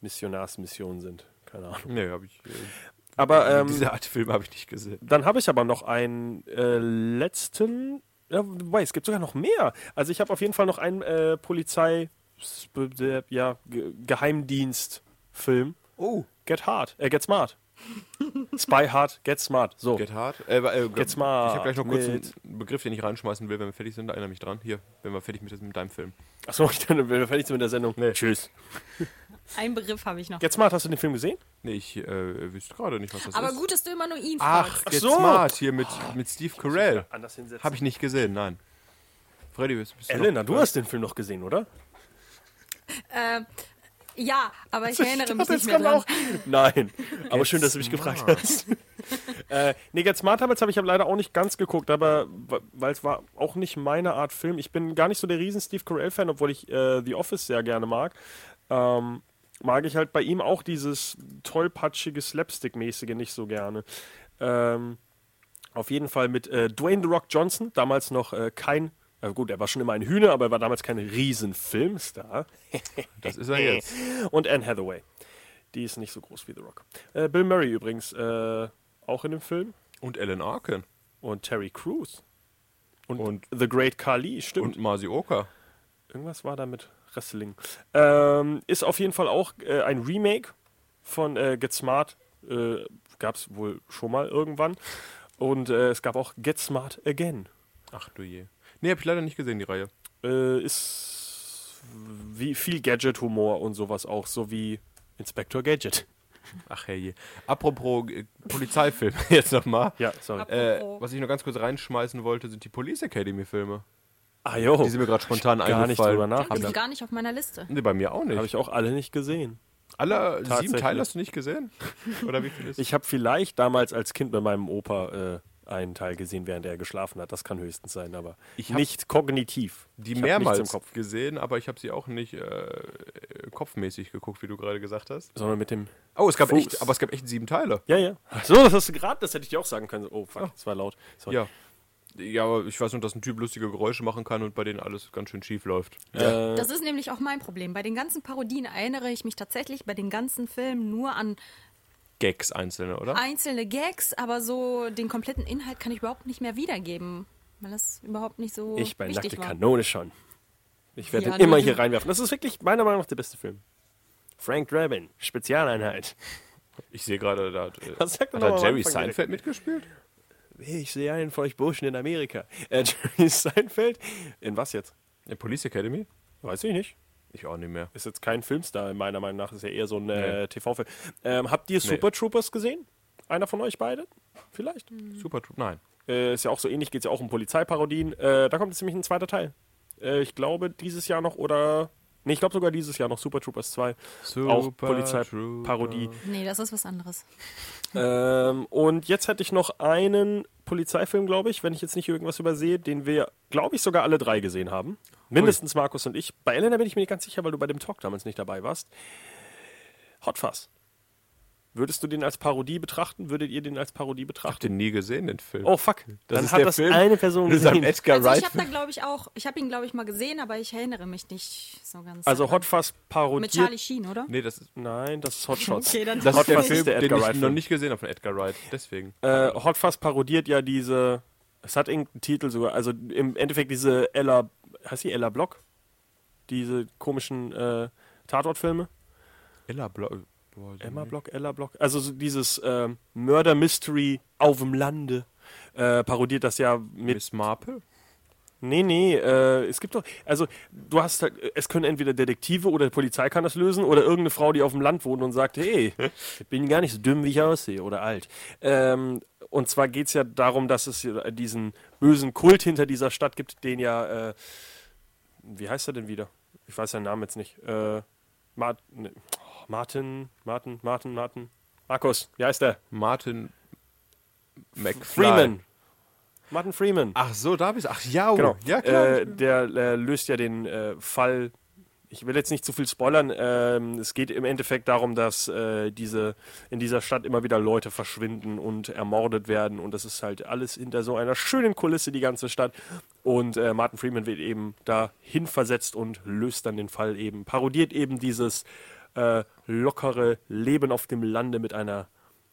Missionarsmission sind. Keine Ahnung.
nee, habe ich. Äh,
Aber ähm,
diese Art Film habe ich nicht gesehen.
Dann habe ich aber noch einen äh, letzten. Ja, wobei, es gibt sogar noch mehr. Also ich habe auf jeden Fall noch einen äh, Polizei, sp- äh, ja, Ge Geheimdienst-Film.
Oh.
Get Hard, äh, Get Smart. Spy Hard, Get Smart. So.
Get Hard. Äh, äh,
Get Smart
Ich habe gleich noch kurz
mit-
einen Begriff, den ich reinschmeißen will, wenn wir fertig sind. Da erinnere mich dran. Hier, wenn wir fertig mit, diesem- mit deinem Film.
Achso, ich bin fertig mit der Sendung. Tschüss.
Ein Begriff habe ich noch.
Get Smart, hast du den Film gesehen?
Nee, ich äh, wüsste gerade nicht, was das
Aber
ist.
gut, dass du immer nur ihn
Ach,
fragst.
Get
so. Ah,
Smart hier mit, mit Steve Carell.
Anders hinsetzen.
Habe ich nicht gesehen, nein. Freddy, bist bist du
Elena,
noch- Äh,
du hast den Film noch gesehen, oder?
Ja, aber
Also
ich erinnere mich
Jetzt
nicht mehr
kommt
dran.
auch. Nein, aber schön, dass du mich gefragt hast. äh, nee, Get Smart Habits habe ich hab leider auch nicht ganz geguckt, aber wa- weil es war auch nicht meine Art Film. Ich bin gar nicht so der riesen Steve Carell-Fan, obwohl ich äh, The Office sehr gerne mag. Ähm, mag ich halt bei ihm auch dieses tollpatschige Slapstick-mäßige nicht so gerne. Ähm, auf jeden Fall mit äh, Dwayne The Rock Johnson, damals noch äh, kein, äh, gut, er war schon immer ein Hühner, aber er war damals kein riesen Filmstar.
Das ist er jetzt.
Und Anne Hathaway. Die ist nicht so groß wie The Rock. Äh, Bill Murray übrigens äh, auch in dem Film.
Und Ellen Arkin.
Und Terry Crews. Und,
Und-
The Great Khali, stimmt.
Und Masioka.
Irgendwas war da mit Wrestling. Ähm, ist auf jeden Fall auch äh, ein Remake von äh, Get Smart. Äh, gab es wohl schon mal irgendwann. Und äh, es gab auch Get Smart Again.
Ach du je. Nee, hab ich leider nicht gesehen, die Reihe.
Äh, ist wie viel Gadget-Humor und sowas auch, so wie Inspector Gadget.
Ach herrje. Apropos äh, Polizeifilm, jetzt nochmal.
Ja, sorry.
Äh,
Apropos.
was ich noch ganz kurz reinschmeißen wollte, sind die Police Academy-Filme.
ah, jo.
Die sind mir gerade spontan
gar nicht
eingefallen.
drüber
Die sind
nachgedacht.
gar nicht auf meiner Liste.
Nee, bei mir auch nicht.
Habe ich auch alle nicht gesehen.
Alle sieben
Tatsächlich.
Teile hast du nicht gesehen? Oder wie viel ist
Ich habe vielleicht damals als Kind bei meinem Opa äh, einen Teil gesehen, während er geschlafen hat. Das kann höchstens sein, aber
Ich hab
nicht kognitiv.
die
Ich hab
mehrmals
nichts im Kopf,
gesehen, aber ich habe sie auch nicht äh, äh, kopfmäßig geguckt, wie du gerade gesagt hast.
sondern mit dem.
Oh, es gab
Fuß.
echt, aber es gab echt sieben Teile.
Ja, ja. Ach So, das hast du gerade, das hätte ich dir auch sagen können. Oh, fuck, das war laut. Sorry.
Ja. Ja, aber ich weiß nur, dass ein Typ lustige Geräusche machen kann und bei denen alles ganz schön schief läuft.
Äh,
Das ist nämlich auch mein Problem. Bei den ganzen Parodien erinnere ich mich tatsächlich bei den ganzen Filmen nur an
Gags einzelne, oder?
einzelne Gags, aber so den kompletten Inhalt kann ich überhaupt nicht mehr wiedergeben, weil das überhaupt nicht so
ich bei
wichtig
nackte
war.
Kanone schon. Ich werde
Ja,
den immer
du-
hier reinwerfen. Das ist wirklich meiner Meinung nach der beste Film. Frank Drabin, Spezialeinheit.
Ich sehe gerade, da hat, äh,
Was sagt er noch
hat da
am
Jerry
Anfang
Seinfeld mitgespielt?
Hey, ich sehe einen von euch Burschen in Amerika. Äh, Jerry Seinfeld. In was jetzt?
In Police Academy?
Weiß ich nicht.
Ich auch nicht mehr.
Ist jetzt kein Filmstar, meiner Meinung nach. Ist ja eher so ein
Nee.
äh, TV-Film. Ähm, habt ihr Super Troopers gesehen? Einer von euch beide? Vielleicht.
Super Troop, nein.
Äh, ist ja auch so ähnlich, geht es ja auch um Polizeiparodien. Äh, da kommt jetzt nämlich ein zweiter Teil. Äh, ich glaube, dieses Jahr noch oder. Nee, ich glaube sogar dieses Jahr noch Super Troopers 2. auch
Super
Polizeiparodie.
Nee, das ist was anderes.
Ähm, und jetzt hätte ich noch einen Polizeifilm, glaube ich, wenn ich jetzt nicht irgendwas übersehe, den wir, glaube ich, sogar alle drei gesehen haben. Mindestens Markus und ich. Bei Elena bin ich mir nicht ganz sicher, weil du bei dem Talk damals nicht dabei warst. Hot Fuzz. Würdest du den als Parodie betrachten? Würdet ihr den als Parodie
Habt ihr
betrachten?
nie gesehen, den Film?
Oh fuck,
Das
dann
ist
hat
der
das
Film
eine Person
mit seinem
gesehen.
Edgar
Also
Wright.
ich habe da glaube ich auch, ich habe ihn glaube ich mal gesehen, aber ich erinnere mich nicht so ganz.
Also
daran.
Hot Fuzz
mit
parodiert.
Charlie Sheen, oder?
nee, das ist,
Nein, das ist Hot Shots.
Okay, dann
das
Hot
ist der
Fuzz
Film,
ist der
den
Edgar
ich
Wright
noch
Film.
nicht gesehen habe von Edgar Wright. Deswegen.
Äh, Hot Fuzz parodiert ja diese. Es hat irgendeinen Titel sogar. Also im Endeffekt diese Ella. Heißt die Ella Block? Diese komischen äh, Tatortfilme.
Ella Blau. Boah,
Emma Block, Ella Block. Also so dieses ähm, Murder Mystery auf dem Lande. Äh, parodiert das ja mit.
Miss Marple?
Nee, nee, äh, es gibt doch. Also, du hast halt. Es können entweder Detektive oder die Polizei kann das lösen oder irgendeine Frau, die auf dem Land wohnt und sagt: Hey, ich bin gar nicht so dumm, wie ich aussehe oder alt. Ähm, und zwar geht es ja darum, dass es hier diesen bösen Kult hinter dieser Stadt gibt, den ja. Äh, wie heißt er denn wieder? Ich weiß seinen Namen jetzt nicht. Äh, Mart ne, oh, Martin, Martin, Martin, Martin. Markus, wie heißt der?
Martin McFly.
Freeman. Martin Freeman.
Ach so, da bist du. Ach ja, oh.
Genau.
ja klar.
Äh, der äh, löst ja den äh, Fall. Ich will jetzt nicht zu viel spoilern. Ähm, es geht im Endeffekt darum, dass äh, diese in dieser Stadt immer wieder Leute verschwinden und ermordet werden. Und das ist halt alles hinter so einer schönen Kulisse, die ganze Stadt. Und äh, Martin Freeman wird eben dahin versetzt und löst dann den Fall eben. Parodiert eben dieses äh, lockere Leben auf dem Lande mit einer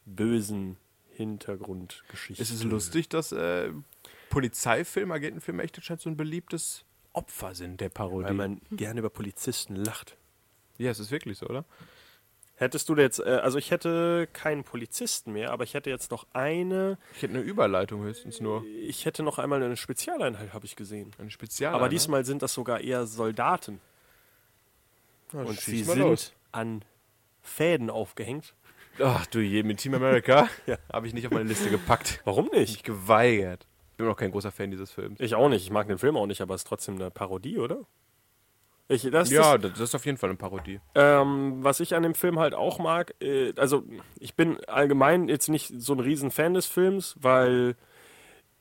bösen Hintergrundgeschichte.
es ist lustig, dass äh, Polizeifilm, Agentenfilm echt anscheinend so ein beliebtes Opfer sind der Parodie.
weil man gerne über Polizisten lacht.
ja, es ist wirklich so, oder?
Hättest du da jetzt, äh, also ich hätte keinen Polizisten mehr, aber ich hätte jetzt noch eine,
Ich hätte eine Überleitung höchstens nur.
ich hätte noch einmal eine Spezialeinheit, habe ich gesehen.
Eine Spezial.
Aber diesmal sind das sogar eher Soldaten. Und sie sind an Fäden aufgehängt.
Ach du je, mit Team America habe ich nicht auf meine Liste gepackt.
Warum
Mich
nicht?
geweigert. Ich bin auch kein großer Fan dieses Films.
Ich auch nicht. Ich mag den Film auch nicht, aber es ist trotzdem eine Parodie, oder? Ich, das, das,
Ja, das, das ist auf jeden Fall eine Parodie.
Ähm, was ich an dem Film halt auch mag, äh, also ich bin allgemein jetzt nicht so ein riesen Fan des Films, weil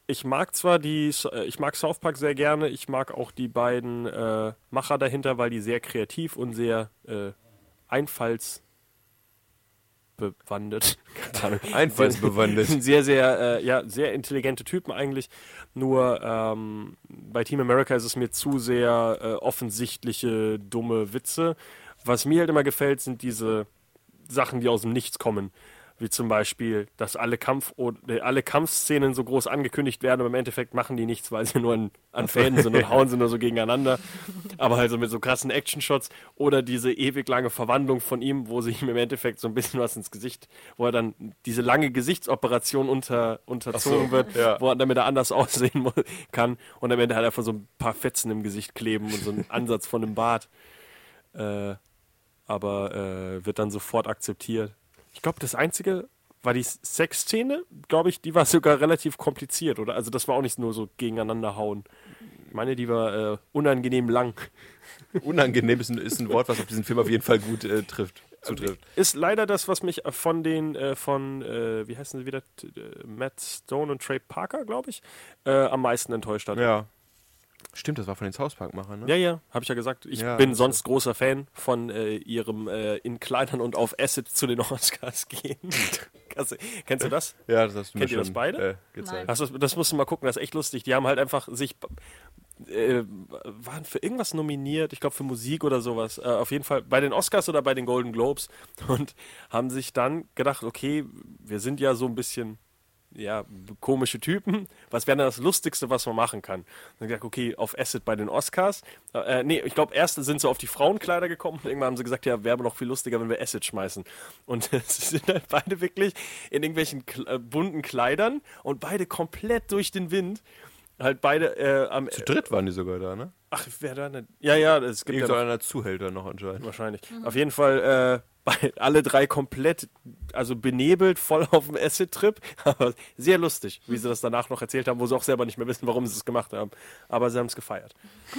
ich mag zwar die, äh, ich mag South Park sehr gerne, ich mag auch die beiden äh, Macher dahinter, weil die sehr kreativ und sehr äh, einfallsbewandet, keine Ahnung,
Einfallsbewandelt.
sind sehr, sehr, äh, ja, sehr intelligente Typen eigentlich. Nur ähm, bei Team America ist es mir zu sehr äh, offensichtliche, dumme Witze. Was mir halt immer gefällt, sind diese Sachen, die aus dem Nichts kommen. Wie zum Beispiel, dass alle, Kampf oder, äh, alle Kampfszenen so groß angekündigt werden, aber im Endeffekt machen die nichts, weil sie nur an, an Fäden sind und hauen sie nur so gegeneinander. Aber also mit so krassen Action-Shots oder diese ewig lange Verwandlung von ihm, wo sie ihm im Endeffekt so ein bisschen was ins Gesicht, wo er dann diese lange Gesichtsoperation unter, unterzogen wird,
ja.
wo er damit er anders aussehen mu- kann. Und am Ende hat er von so ein paar Fetzen im Gesicht kleben und so einen Ansatz von einem Bart. Äh, aber äh, wird dann sofort akzeptiert. Ich glaube, das Einzige war die Sexszene, glaube ich, die war sogar relativ kompliziert, oder? Also das war auch nicht nur so gegeneinander hauen. Ich meine, die war äh, unangenehm lang.
Unangenehm ist ein, ist ein Wort, was auf diesen Film auf jeden Fall gut äh, trifft. Zutrifft.
Ist leider das, was mich von den, äh, von, äh, wie heißen sie wieder, T- äh, Matt Stone und Trey Parker, glaube ich, äh, am meisten enttäuscht hat.
Ja. Stimmt, das war von den South Park-Machern, ne?
Ja, ja, habe ich ja gesagt. Ich
Ja,
bin
das
sonst großer Fan von äh, ihrem äh, in Kleidern und auf Acid zu den Oscars gehen. Kennst du- Kennst du das?
Ja, das hast du
Kennt
mir
ihr das
schon,
beide?
Äh, gezeigt.
Also, das musst du mal gucken, das ist echt lustig. Die haben halt einfach sich äh, waren für irgendwas nominiert, ich glaube für Musik oder sowas. Äh, auf jeden Fall bei den Oscars oder bei den Golden Globes und haben sich dann gedacht, okay, wir sind ja so ein bisschen ja, komische Typen. Was wäre denn das Lustigste, was man machen kann? Dann gesagt, okay, auf Acid bei den Oscars. Äh, nee, ich glaube, erst sind sie auf die Frauenkleider gekommen und irgendwann haben sie gesagt, ja, wäre aber noch viel lustiger, wenn wir Acid schmeißen. Und sie sind halt beide wirklich in irgendwelchen Kl- äh, bunten Kleidern und beide komplett durch den Wind. Halt beide äh, am.
Zu dritt waren die sogar da, ne?
Ach, wer da nicht? Ja, ja, es gibt ja
Irgend
noch
so einer Zuhälter noch anscheinend.
wahrscheinlich. Auf jeden Fall äh, bei- alle drei komplett, also benebelt, voll auf dem Acid-Trip. Aber sehr lustig, wie sie das danach noch erzählt haben, wo sie auch selber nicht mehr wissen, warum sie es gemacht haben. Aber sie haben es gefeiert.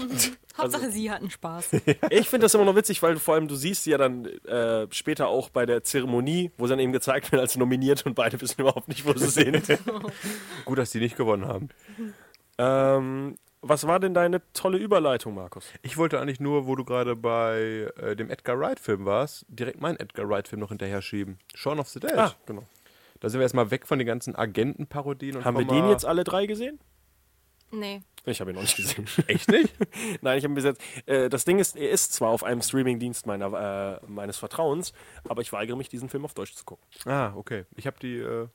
Also
Hauptsache, sie hatten Spaß.
Ich finde das immer noch witzig, weil du vor allem du siehst sie ja dann äh, später auch bei der Zeremonie, wo sie dann eben gezeigt wird als nominiert und beide wissen überhaupt nicht, wo sie sind.
Gut, dass die nicht gewonnen haben.
ähm, was war denn deine tolle Überleitung, Markus?
Ich wollte eigentlich nur, wo du gerade bei äh, dem Edgar Wright-Film warst, direkt meinen Edgar Wright-Film noch hinterher schieben. Shaun of the Dead.
genau.
Da sind wir erstmal weg von den ganzen Agentenparodien. Und
Haben wir
kommen
den
mal-
jetzt alle drei gesehen?
Nee.
Ich habe ihn noch nicht gesehen.
Echt nicht?
Nein, ich habe mir gesagt, äh, das Ding ist, er ist zwar auf einem Streamingdienst meiner, äh, meines Vertrauens, aber ich weigere mich, diesen Film auf Deutsch zu gucken.
ah, okay. Ich habe die äh,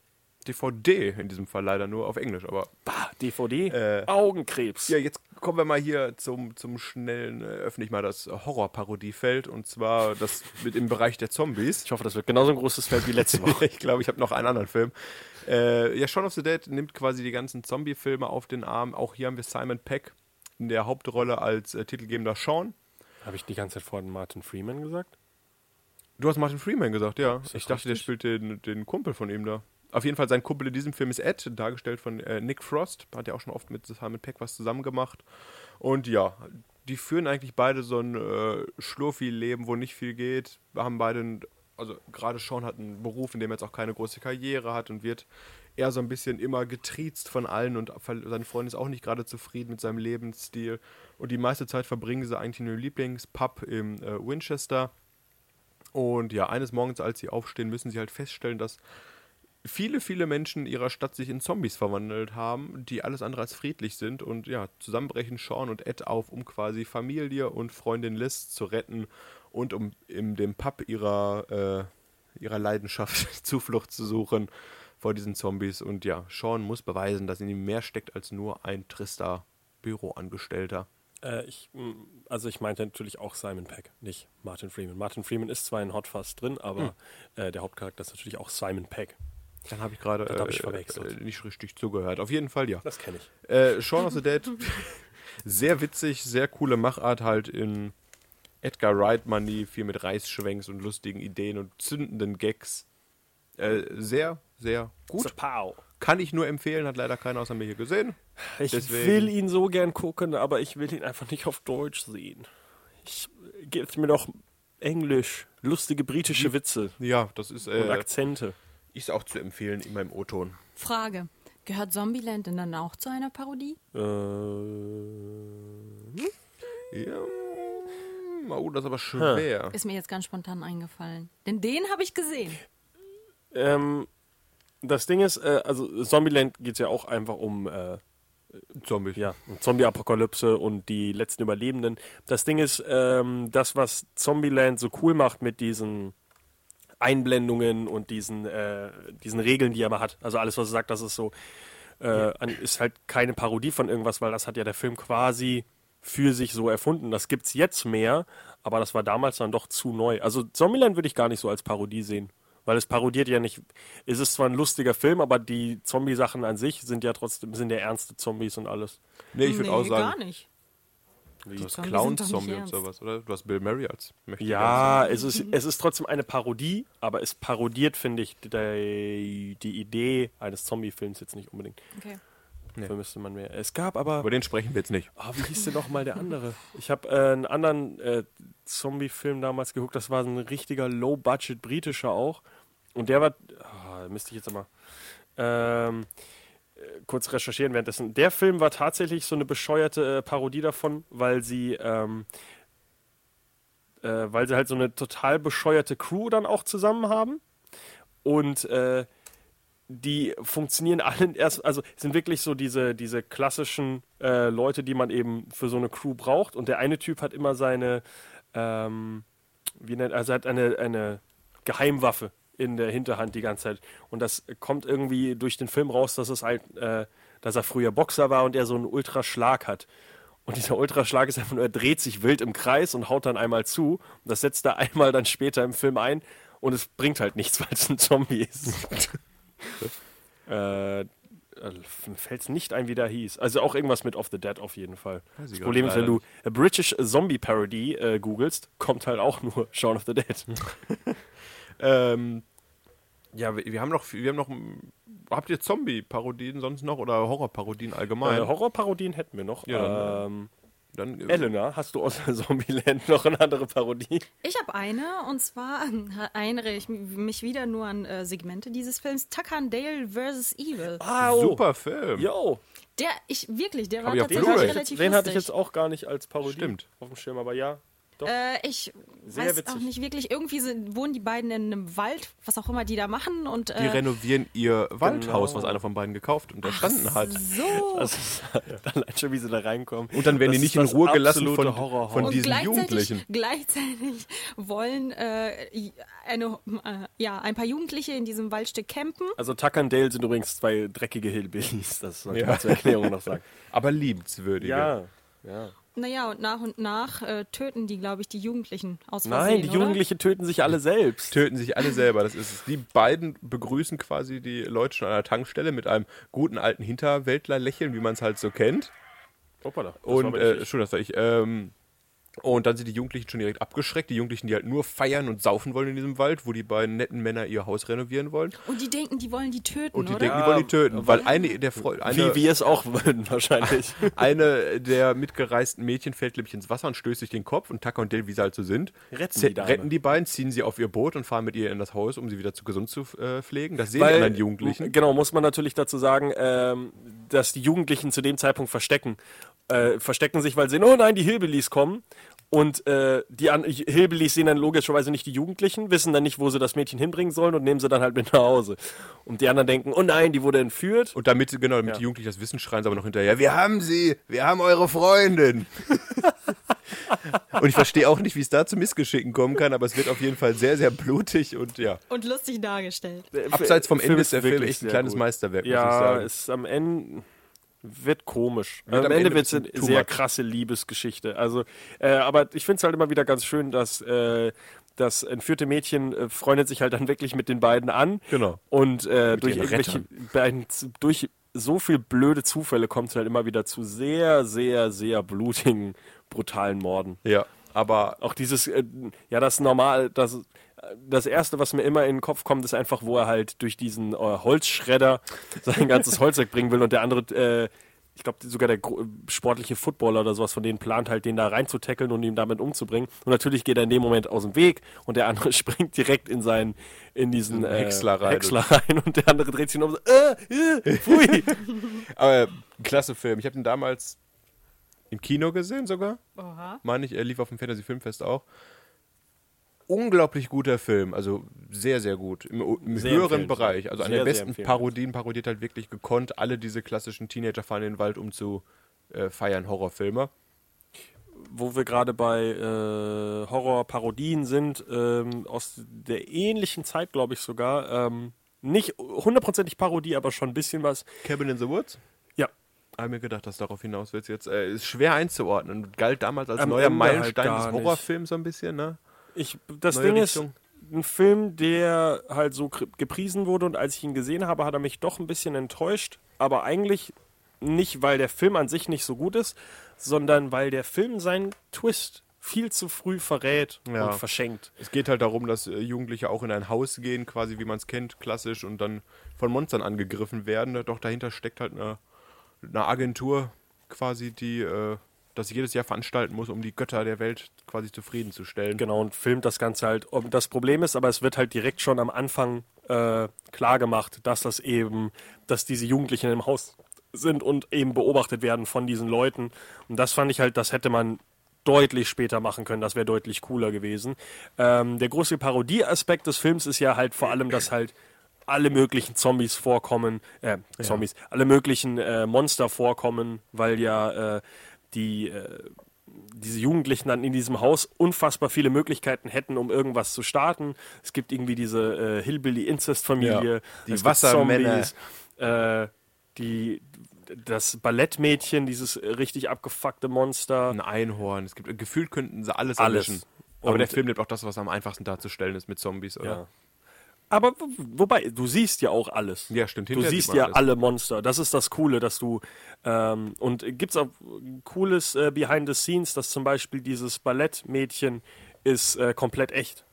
DVD in diesem Fall leider nur auf Englisch, aber
Bah, DVD,
Äh.
Augenkrebs.
Ja, jetzt kommen wir mal hier zum, zum schnellen, äh, öffne ich mal das Horrorparodiefeld und zwar das mit im Bereich der Zombies.
Ich hoffe, das wird genauso ein großes Feld wie letzte Woche.
Ich glaube, ich habe noch einen anderen Film. Äh, ja, Shaun of the Dead nimmt quasi die ganzen Zombie-Filme auf den Arm. Auch hier haben wir Simon Peck in der Hauptrolle als äh, titelgebender Sean.
habe ich die ganze Zeit vorhin Martin Freeman gesagt?
Du hast Martin Freeman gesagt, ja. Ich dachte, der
richtig?
spielt den, den Kumpel von ihm da. Auf jeden Fall, sein Kumpel in diesem Film ist Ed, dargestellt von äh, Nick Frost. Hat ja auch schon oft mit Simon Peck was zusammen gemacht. Und ja, die führen eigentlich beide so ein äh, Schlurfi-Leben, wo nicht viel geht. Wir haben beide, ein- also gerade Sean hat einen Beruf, in dem er jetzt auch keine große Karriere hat und wird eher so ein bisschen immer getriezt von allen und ver- sein Freund ist auch nicht gerade zufrieden mit seinem Lebensstil. Und die meiste Zeit verbringen sie eigentlich in ihrem Lieblingspub im äh, Winchester. Und ja, eines Morgens, als sie aufstehen, müssen sie halt feststellen, dass viele, viele Menschen ihrer Stadt sich in Zombies verwandelt haben, die alles andere als friedlich sind. Und ja, zusammenbrechen Sean und Ed auf, um quasi Familie und Freundin Liz zu retten und um in dem Pub ihrer, äh, ihrer Leidenschaft Zuflucht zu suchen vor diesen Zombies. Und ja, Sean muss beweisen, dass in ihm mehr steckt als nur ein trister Büroangestellter.
Äh, ich, mh, also ich meinte natürlich auch Simon Peck, nicht Martin Freeman. Martin Freeman ist zwar in Hot Fuzz drin, aber
Hm.
äh, der Hauptcharakter ist natürlich auch Simon Peck.
Dann habe ich gerade
Das hab ich
äh,
verwechselt.
äh, nicht richtig zugehört. Auf jeden Fall, ja.
Das kenne ich.
Äh, Shaun of the Dead, sehr witzig, sehr coole Machart halt in Edgar Wright-Manie, viel mit Reisschwenks und lustigen Ideen und zündenden Gags. Äh, sehr, sehr gut.
Zapow.
Kann ich nur empfehlen, hat leider keiner außer mir hier gesehen.
Ich
Deswegen-
will ihn so gern gucken, aber ich will ihn einfach nicht auf Deutsch sehen. Ich gebt mir doch Englisch, lustige britische Witze
Ja, das ist,
und
äh,
Akzente.
ist auch zu empfehlen in meinem O-Ton.
Frage. Gehört Zombieland denn dann auch zu einer Parodie?
Äh,
Ja. Oh, das ist aber schwer.
Ist mir jetzt ganz spontan eingefallen. Denn den habe ich gesehen.
Ähm, das Ding ist, äh, also Zombieland geht es ja auch einfach um äh,
Zombies.
ja, um Zombie-Apokalypse und die letzten Überlebenden. Das Ding ist, ähm, das, was Zombieland so cool macht mit diesen Einblendungen und diesen, äh, diesen Regeln, die er mal hat. Also alles, was er sagt, das ist so, äh, an- ist halt keine Parodie von irgendwas, weil das hat ja der Film quasi für sich so erfunden. Das gibt's jetzt mehr, aber das war damals dann doch zu neu. Also Zombieland würde ich gar nicht so als Parodie sehen. Weil es parodiert ja nicht, es ist zwar ein lustiger Film, aber die Zombie-Sachen an sich sind ja trotzdem, sind ja ernste Zombies und alles.
Nee, ich würde
nee,
auch sagen,
gar nicht.
du hast
Zombies sind doch nicht
Clown-Zombie und
ernst.
sowas, oder? Du hast Bill Murray als mächtiger
Ja, es ist, es ist trotzdem eine Parodie, aber es parodiert, finde ich, die, die Idee eines Zombie-Films jetzt nicht unbedingt.
Okay.
Dafür müsste man mehr. Es gab aber.
Über den sprechen wir jetzt nicht.
Ah, wie hieß denn nochmal der andere? Ich habe äh, einen anderen äh, Zombie-Film damals geguckt. Das war so ein richtiger Low-Budget britischer auch. Und der war. ah, müsste ich jetzt mal. Ähm, äh, kurz recherchieren währenddessen. Der Film war tatsächlich so eine bescheuerte äh, Parodie davon, weil sie. Ähm, äh, weil sie halt so eine total bescheuerte Crew dann auch zusammen haben. Und äh, die funktionieren alle erst, also sind wirklich so diese, diese klassischen äh, Leute, die man eben für so eine Crew braucht. Und der eine Typ hat immer seine, ähm, wie nennt, also hat eine, eine Geheimwaffe in der Hinterhand die ganze Zeit. Und das kommt irgendwie durch den Film raus, dass es halt, äh, dass er früher Boxer war und er so einen Ultraschlag hat. Und dieser Ultraschlag ist einfach nur, er dreht sich wild im Kreis und haut dann einmal zu. Und das setzt er einmal dann später im Film ein und es bringt halt nichts, weil es ein Zombie ist. äh, fällt es nicht ein, wie der hieß. Also auch irgendwas mit Of the Dead auf jeden Fall.
Weiß ich
Das
gar
Problem
nicht,
ist, wenn du
leider
äh, British Zombie Parody äh, googelst, kommt halt auch nur Shaun of the Dead.
Hm.
Äh,
Ähm, ja, wir, wir haben noch, wir haben noch, habt ihr Zombie-Parodien sonst noch oder Horror-Parodien allgemein?
Äh, Horrorparodien hätten wir noch.
Ja, dann, äh,
ähm,
Dann, äh,
Elena, hast du außer Zombieland noch eine andere Parodie?
Ich habe eine, und zwar erinnere ich mich wieder nur an äh, Segmente dieses Films, Tucker and Dale vs. Evil.
Ah,
super Film.
Yo,
Der, ich wirklich, der war
Hab ich auf
tatsächlich
Blu-ray.
relativ
den hatte ich
lustig.
jetzt auch gar nicht als Parodie
Stimmt. Oh.
auf dem Schirm, aber ja. Doch.
Äh, ich
Sehr
weiß
witzig.
auch nicht wirklich. Irgendwie sind, wohnen die beiden in einem Wald, was auch immer die da machen. Und,
Die
äh,
renovieren ihr Waldhaus,
Genau.
was einer von beiden gekauft und erstanden hat.
so.
also
das ist halt allein schon, wie sie da reinkommen.
Und dann werden
Das
die
ist
nicht in
das
Ruhe gelassen
absolute
von,
Horror-
von
Horror.
diesen
gleichzeitig,
Jugendlichen.
gleichzeitig wollen äh, eine, äh, ja, ein paar Jugendliche in diesem Waldstück campen.
Also Tucker und Dale sind übrigens zwei dreckige Hillbillies, das sollte
Ja.
man zur Erklärung noch sagen.
Aber liebenswürdige.
Ja, ja.
Naja, und nach und nach äh, töten die, glaube ich, die Jugendlichen aus Versehen,
Nein, die Jugendlichen töten sich alle selbst.
Töten sich alle selber, das ist es. Die beiden begrüßen quasi die Leute schon an der Tankstelle mit einem guten alten Hinterwäldler-Lächeln, wie man es halt so kennt.
Hoppala, das war
Und
aber
äh,
nicht
schon, das war ich. Ähm, und dann sind die Jugendlichen schon direkt abgeschreckt. Die Jugendlichen, die halt nur feiern und saufen wollen in diesem Wald, wo die beiden netten Männer ihr Haus renovieren wollen.
oder? Und die denken, die wollen die töten,
Und die
oder?
denken, die wollen die töten, weil eine der Freude,
ich.
eine,
Wie wir es auch würden, wahrscheinlich.
eine der mitgereisten Mädchen fällt nämlich ins Wasser und stößt sich den Kopf und Tucker und Dale, wie sie halt so sind,
Retten
ze-
die Dame.
retten die beiden, ziehen sie auf ihr Boot und fahren mit ihr in das Haus, um sie wieder zu gesund zu äh, pflegen. Das sehen die anderen Jugendlichen.
Genau, muss man natürlich dazu sagen, ähm, dass die Jugendlichen zu dem Zeitpunkt verstecken. Äh, verstecken sich, weil sie sehen, oh nein, die Hillbillies kommen. Und äh, die an Hillbillies sehen dann logischerweise nicht die Jugendlichen, wissen dann nicht, wo sie das Mädchen hinbringen sollen und nehmen sie dann halt mit nach Hause. Und die anderen denken, oh nein, die wurde entführt.
Und damit, genau, damit
Ja.
die Jugendlichen das wissen, schreien sie aber noch hinterher, wir haben sie, wir haben eure Freundin. und ich verstehe auch nicht, wie es da zu Missgeschicken kommen kann, aber es wird auf jeden Fall sehr, sehr blutig und ja.
Und lustig dargestellt.
Äh.
Abseits vom
Film
Ende
ist
ist der Film
wirklich
echt ein
sehr
kleines
gut.
Meisterwerk, muss ich
Ja,
sagen.
ist am Ende wird komisch. am,
Wird am
Ende
Ende
wird es eine
bisschen too
sehr
much.
krasse Liebesgeschichte. Also, äh, aber ich finde es halt immer wieder ganz schön, dass äh, das entführte Mädchen äh, freundet sich halt dann wirklich mit den beiden an.
Genau.
Und äh, durch
ihren
irgendwelche beiden, durch so viel blöde Zufälle kommt es halt immer wieder zu sehr, sehr, sehr blutigen, brutalen Morden.
ja, aber
Auch dieses, äh, ja, das normal, das, äh, das erste, was mir immer in den Kopf kommt, ist einfach, wo er halt durch diesen äh, Holzschredder sein ganzes Holz wegbringen will und der andere, äh, ich glaube, sogar der gro- sportliche Footballer oder sowas von denen plant halt, den da reinzutackeln und ihn damit umzubringen. Und natürlich geht er in dem Moment aus dem Weg und der andere springt direkt in seinen, in diesen äh,
Häcksler rein.
Häcksler rein und der andere dreht sich um und so, äh, äh, pfui.
Aber äh, klasse Film. Ich habe den damals im Kino gesehen sogar.
Oha.
Meine ich, er lief auf dem Fantasy Filmfest auch. Unglaublich guter Film, also sehr, sehr gut. Im, im
Sehr
höheren
empfehlenswert.
Bereich, also einer
Sehr,
der
sehr
besten
empfehlenswert.
Parodien, parodiert halt wirklich gekonnt alle diese klassischen Teenager fahren in den Wald, um zu äh, feiern, Horrorfilme.
wo wir gerade bei äh, Horrorparodien sind, ähm, aus der ähnlichen Zeit, glaube ich sogar. Ähm, nicht hundertprozentig Parodie, aber schon ein bisschen was.
Cabin in the Woods?
Ja,
Habe mir gedacht, dass darauf hinaus wird jetzt. Äh, ist schwer einzuordnen und galt damals als
Am
neuer
Ende
Meilenstein
halt gar
des
nicht.
Horrorfilms so ein bisschen, ne?
ich, das
Neue
Ding
Richtung.
ist, ein Film, der halt so kri- gepriesen wurde und als ich ihn gesehen habe, hat er mich doch ein bisschen enttäuscht. Aber eigentlich nicht, weil der Film an sich nicht so gut ist, sondern weil der Film seinen Twist viel zu früh verrät
Ja.
und verschenkt.
Es geht halt darum, dass äh, Jugendliche auch in ein Haus gehen, quasi wie man es kennt, klassisch, und dann von Monstern angegriffen werden. Doch dahinter steckt halt eine, eine Agentur, quasi, die äh, das jedes Jahr veranstalten muss, um die Götter der Welt quasi zufriedenzustellen.
Genau, und filmt das Ganze halt. Und das Problem ist, aber es wird halt direkt schon am Anfang äh, klar gemacht, dass das eben, dass diese Jugendlichen im Haus sind und eben beobachtet werden von diesen Leuten. Und das fand ich halt, das hätte man deutlich später machen können, das wäre deutlich cooler gewesen. Ähm, der große Parodieaspekt des Films ist ja halt vor allem, dass halt alle möglichen Zombies vorkommen, äh, Zombies, alle möglichen äh, Monster vorkommen, weil ja äh, die äh, diese Jugendlichen dann in diesem Haus unfassbar viele Möglichkeiten hätten, um irgendwas zu starten. Es gibt irgendwie diese äh, Hillbilly-Incest-Familie,
Ja, die
es gibt
Wassermänner.
Zombies, äh, die, das Ballettmädchen, dieses äh, richtig abgefuckte Monster.
ein Einhorn. Es gibt, äh, gefühlt könnten sie alles
Alles.
erwischen. Aber
Und-
der Film nimmt auch das, was am einfachsten darzustellen ist mit Zombies, oder?
Aber wo- wobei, du siehst ja auch alles.
Ja, stimmt,
Du
hinterher
siehst
sieht man
ja
alles.
alle Monster. Das ist das Coole, dass du ähm, und gibt's auch ein cooles äh, Behind the Scenes, dass zum Beispiel dieses Ballettmädchen ist äh, komplett echt.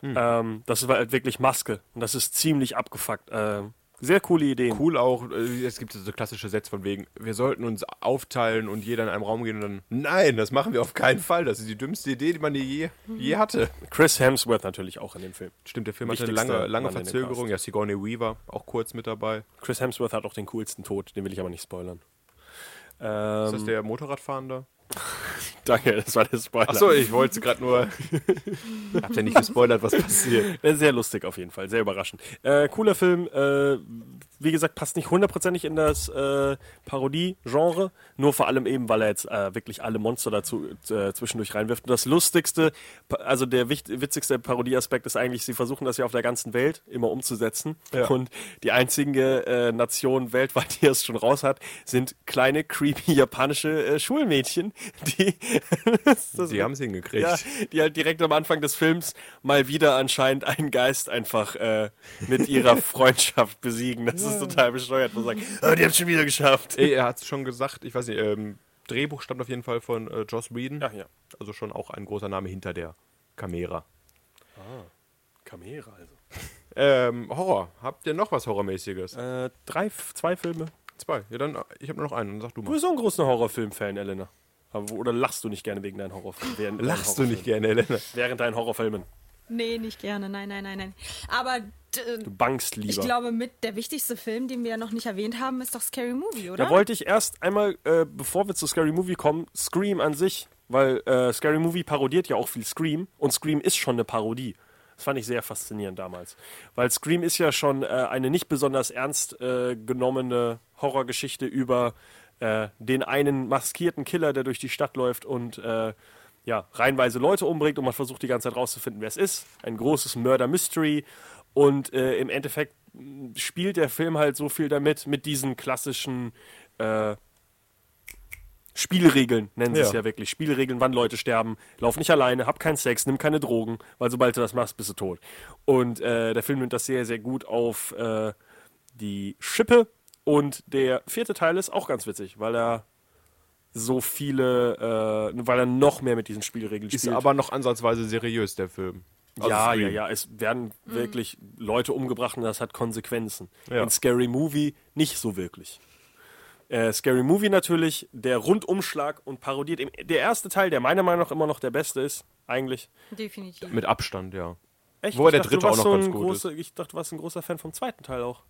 Hm.
Ähm, das war halt wirklich Maske und das ist ziemlich abgefuckt. Ähm, sehr coole Ideen.
Cool auch, äh, es gibt so klassische Sätze von wegen, wir sollten uns aufteilen und jeder in einem Raum gehen und dann, nein, das machen wir auf keinen Fall. Das ist die dümmste Idee, die man je, je hatte.
Chris Hemsworth natürlich auch in dem Film.
Stimmt, der Film hatte eine
Wichtigster
lange, lange
Mann in dem
Verzögerung.
Cast.
Ja, Sigourney Weaver auch kurz mit dabei.
Chris Hemsworth hat auch den coolsten Tod, den will ich aber nicht spoilern.
Ist
Ähm.
das der Motorradfahrende?
Danke, das war der Spoiler.
Achso, ich wollte es gerade nur. Habt ja nicht gespoilert, was passiert.
Äh, Sehr lustig auf jeden Fall, sehr überraschend. Äh, cooler Film, äh, wie gesagt, passt nicht hundertprozentig in das äh, Parodie-Genre, nur vor allem eben, weil er jetzt äh, wirklich alle Monster dazu äh, zwischendurch reinwirft. Und das lustigste, pa- also der wicht- witzigste Parodieaspekt ist eigentlich, sie versuchen das ja auf der ganzen Welt immer umzusetzen. Und die einzige äh, Nation weltweit, die es schon raus hat, sind kleine, creepy japanische äh, Schulmädchen, die
Sie haben es hingekriegt.
ja, die halt direkt am Anfang des Films mal wieder anscheinend einen Geist einfach äh, mit ihrer Freundschaft besiegen. Das ist total bescheuert. Man sagt, oh, die haben schon wieder geschafft.
Ey, er hat es schon gesagt, ich weiß nicht, ähm, Drehbuch stammt auf jeden Fall von äh, Joss Whedon.
Ja, ja.
Also schon auch ein großer Name hinter der Kamera.
Kamera also.
Ähm, Horror. Habt ihr noch was Horrormäßiges?
Äh, drei, zwei Filme.
Zwei. Ja, dann, äh, ich habe nur noch einen, dann sag du
Du
mal.
bist so ein großer Horrorfilm-Fan, Elena. Aber, wo- oder lachst du nicht gerne wegen deinen Horrorfilmen? Während deinen
Lachst du nicht
Horrorfilmen?
gerne, Elena?
Während deinen Horrorfilmen.
Nee, nicht gerne. Nein, nein, nein, nein. Aber d- äh,
Du bangst lieber.
ich glaube, mit der wichtigste Film, den wir ja noch nicht erwähnt haben, ist doch Scary Movie, oder?
Da wollte ich erst einmal, äh, bevor wir zu Scary Movie kommen, Scream an sich, weil äh, Scary Movie parodiert ja auch viel Scream und Scream ist schon eine Parodie. Das fand ich sehr faszinierend damals. Weil Scream ist ja schon äh, eine nicht besonders ernst äh, genommene Horrorgeschichte über äh, den einen maskierten Killer, der durch die Stadt läuft und äh, ja, reihenweise Leute umbringt und man versucht die ganze Zeit rauszufinden, wer es ist. Ein großes Murder-Mystery. Und äh, im Endeffekt mh, spielt der Film halt so viel damit, mit diesen klassischen äh, Spielregeln, nennen sie es
Ja.
ja wirklich. Spielregeln, wann Leute sterben. Lauf nicht alleine, hab keinen Sex, nimm keine Drogen, weil sobald du das machst, bist du tot. Und äh, der Film nimmt das sehr, sehr gut auf äh, die Schippe. Und der vierte Teil ist auch ganz witzig, weil er so viele, äh, weil er noch mehr mit diesen Spielregeln
Ist
spielt.
aber noch ansatzweise seriös, der Film. Also
ja,
Scream.
ja, ja. Es werden wirklich Leute umgebracht und das hat Konsequenzen.
Ja.
In Scary Movie nicht so wirklich. Äh, Scary Movie natürlich, der Rundumschlag und parodiert. Im, der erste Teil, der meiner Meinung nach immer noch der beste ist, eigentlich.
Definitiv.
Mit Abstand, ja.
Echt?
Wobei
Ich
der
dachte, du
dritte auch
warst so
noch ganz
ein
gut ist.
großer, Ich dachte, du warst ein großer Fan vom zweiten Teil auch.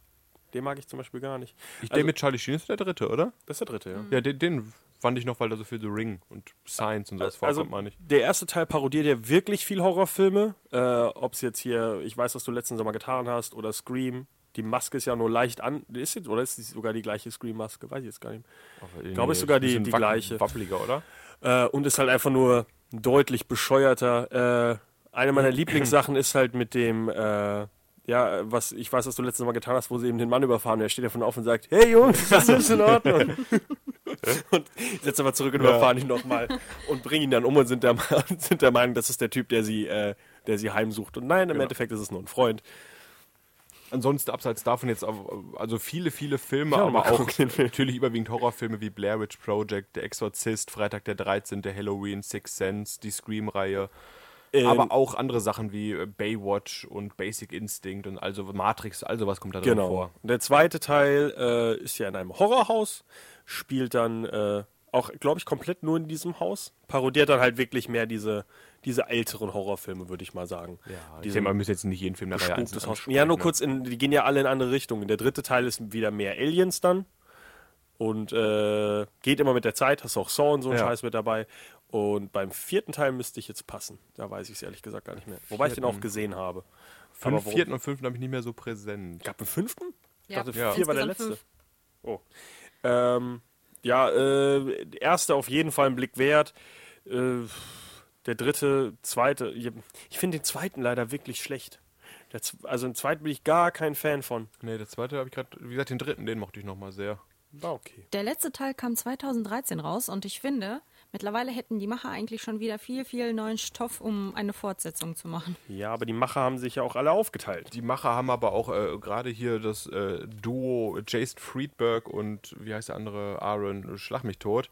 Den mag ich zum Beispiel gar nicht.
Ich
Also-
denke, mit Charlie Sheen ist der dritte, oder?
Das ist der dritte, ja.
Ja, den, den fand ich noch, weil da so viel The Ring und Science und sowas vorkommt, meine ich.
also Der erste Teil parodiert ja wirklich viel Horrorfilme. Äh, Ob es jetzt hier, ich weiß, was du letzten Sommer getan hast, oder Scream. Die Maske ist ja nur leicht an. Ist jetzt, oder ist die sogar die gleiche Scream-Maske? Weiß ich jetzt gar nicht.
Ich
glaube, ist sogar die- die gleiche.
Wappliger, oder?
Äh, und ist halt einfach nur deutlich bescheuerter. Äh, eine meiner Lieblingssachen ist halt mit dem, äh, ja, was ich weiß, was du letztes Mal getan hast, wo sie eben den Mann überfahren. Der steht davon auf und sagt: Hey Jungs, das ist in Ordnung. und setzt aber zurück und überfahren ihn nochmal und bringen ihn dann um und sind der, sind der Meinung, das ist der Typ, der sie, äh, der sie heimsucht. Und nein, im Endeffekt ist es nur ein Freund.
Ansonsten abseits davon jetzt auch- also viele, viele Filme,
Ja,
aber
mal
auch
gucken.
natürlich überwiegend Horrorfilme wie Blair Witch Project, Der Exorzist, Freitag der 13., Halloween, Six Sense, die Scream-Reihe.
Ähm,
aber auch andere Sachen wie äh, Baywatch und Basic Instinct und also Matrix, also was kommt da drin
Genau.
vor.
Der zweite Teil äh, ist ja in einem Horrorhaus, spielt dann äh, auch, glaube ich, komplett nur in diesem Haus. Parodiert dann halt wirklich mehr diese, diese älteren Horrorfilme, würde ich mal sagen.
Ja, ich
Diese
denke, man müsste jetzt nicht jeden Film der Reihe
Spuk
einzeln
des Haus.
ansprechen,
Ja, nur
ne?
kurz, in, die gehen ja alle in andere Richtungen. Der dritte Teil ist wieder mehr Aliens dann. Und äh, geht immer mit der Zeit, hast auch Saw und so ein
Ja.
Scheiß mit dabei. Und beim vierten Teil müsste ich jetzt passen. Da weiß ich es ehrlich gesagt gar nicht mehr. Wobei ich den auch gesehen habe.
Fünf,
worum-
vierten und fünften habe ich nicht mehr so präsent.
Gab einen fünften?
Ja.
Ich dachte,
Ja.
vier war der letzte.
Insgesamt
Oh. Ähm, ja, äh, erste auf jeden Fall einen Blick wert. Äh, der dritte, zweite. Ich, ich finde den zweiten leider wirklich schlecht. Der, Z- also den zweiten bin ich gar kein Fan von.
Nee, der zweite habe ich gerade, wie gesagt, den dritten, den mochte ich nochmal sehr.
War okay.
Der letzte Teil kam 2013 raus und ich finde, mittlerweile hätten die Macher eigentlich schon wieder viel, viel neuen Stoff, um eine Fortsetzung zu machen.
Ja, aber die Macher haben sich ja auch alle aufgeteilt.
Die Macher haben aber auch äh, gerade hier das äh, Duo Jason Friedberg und wie heißt der andere, Aaron äh, Schlag mich tot,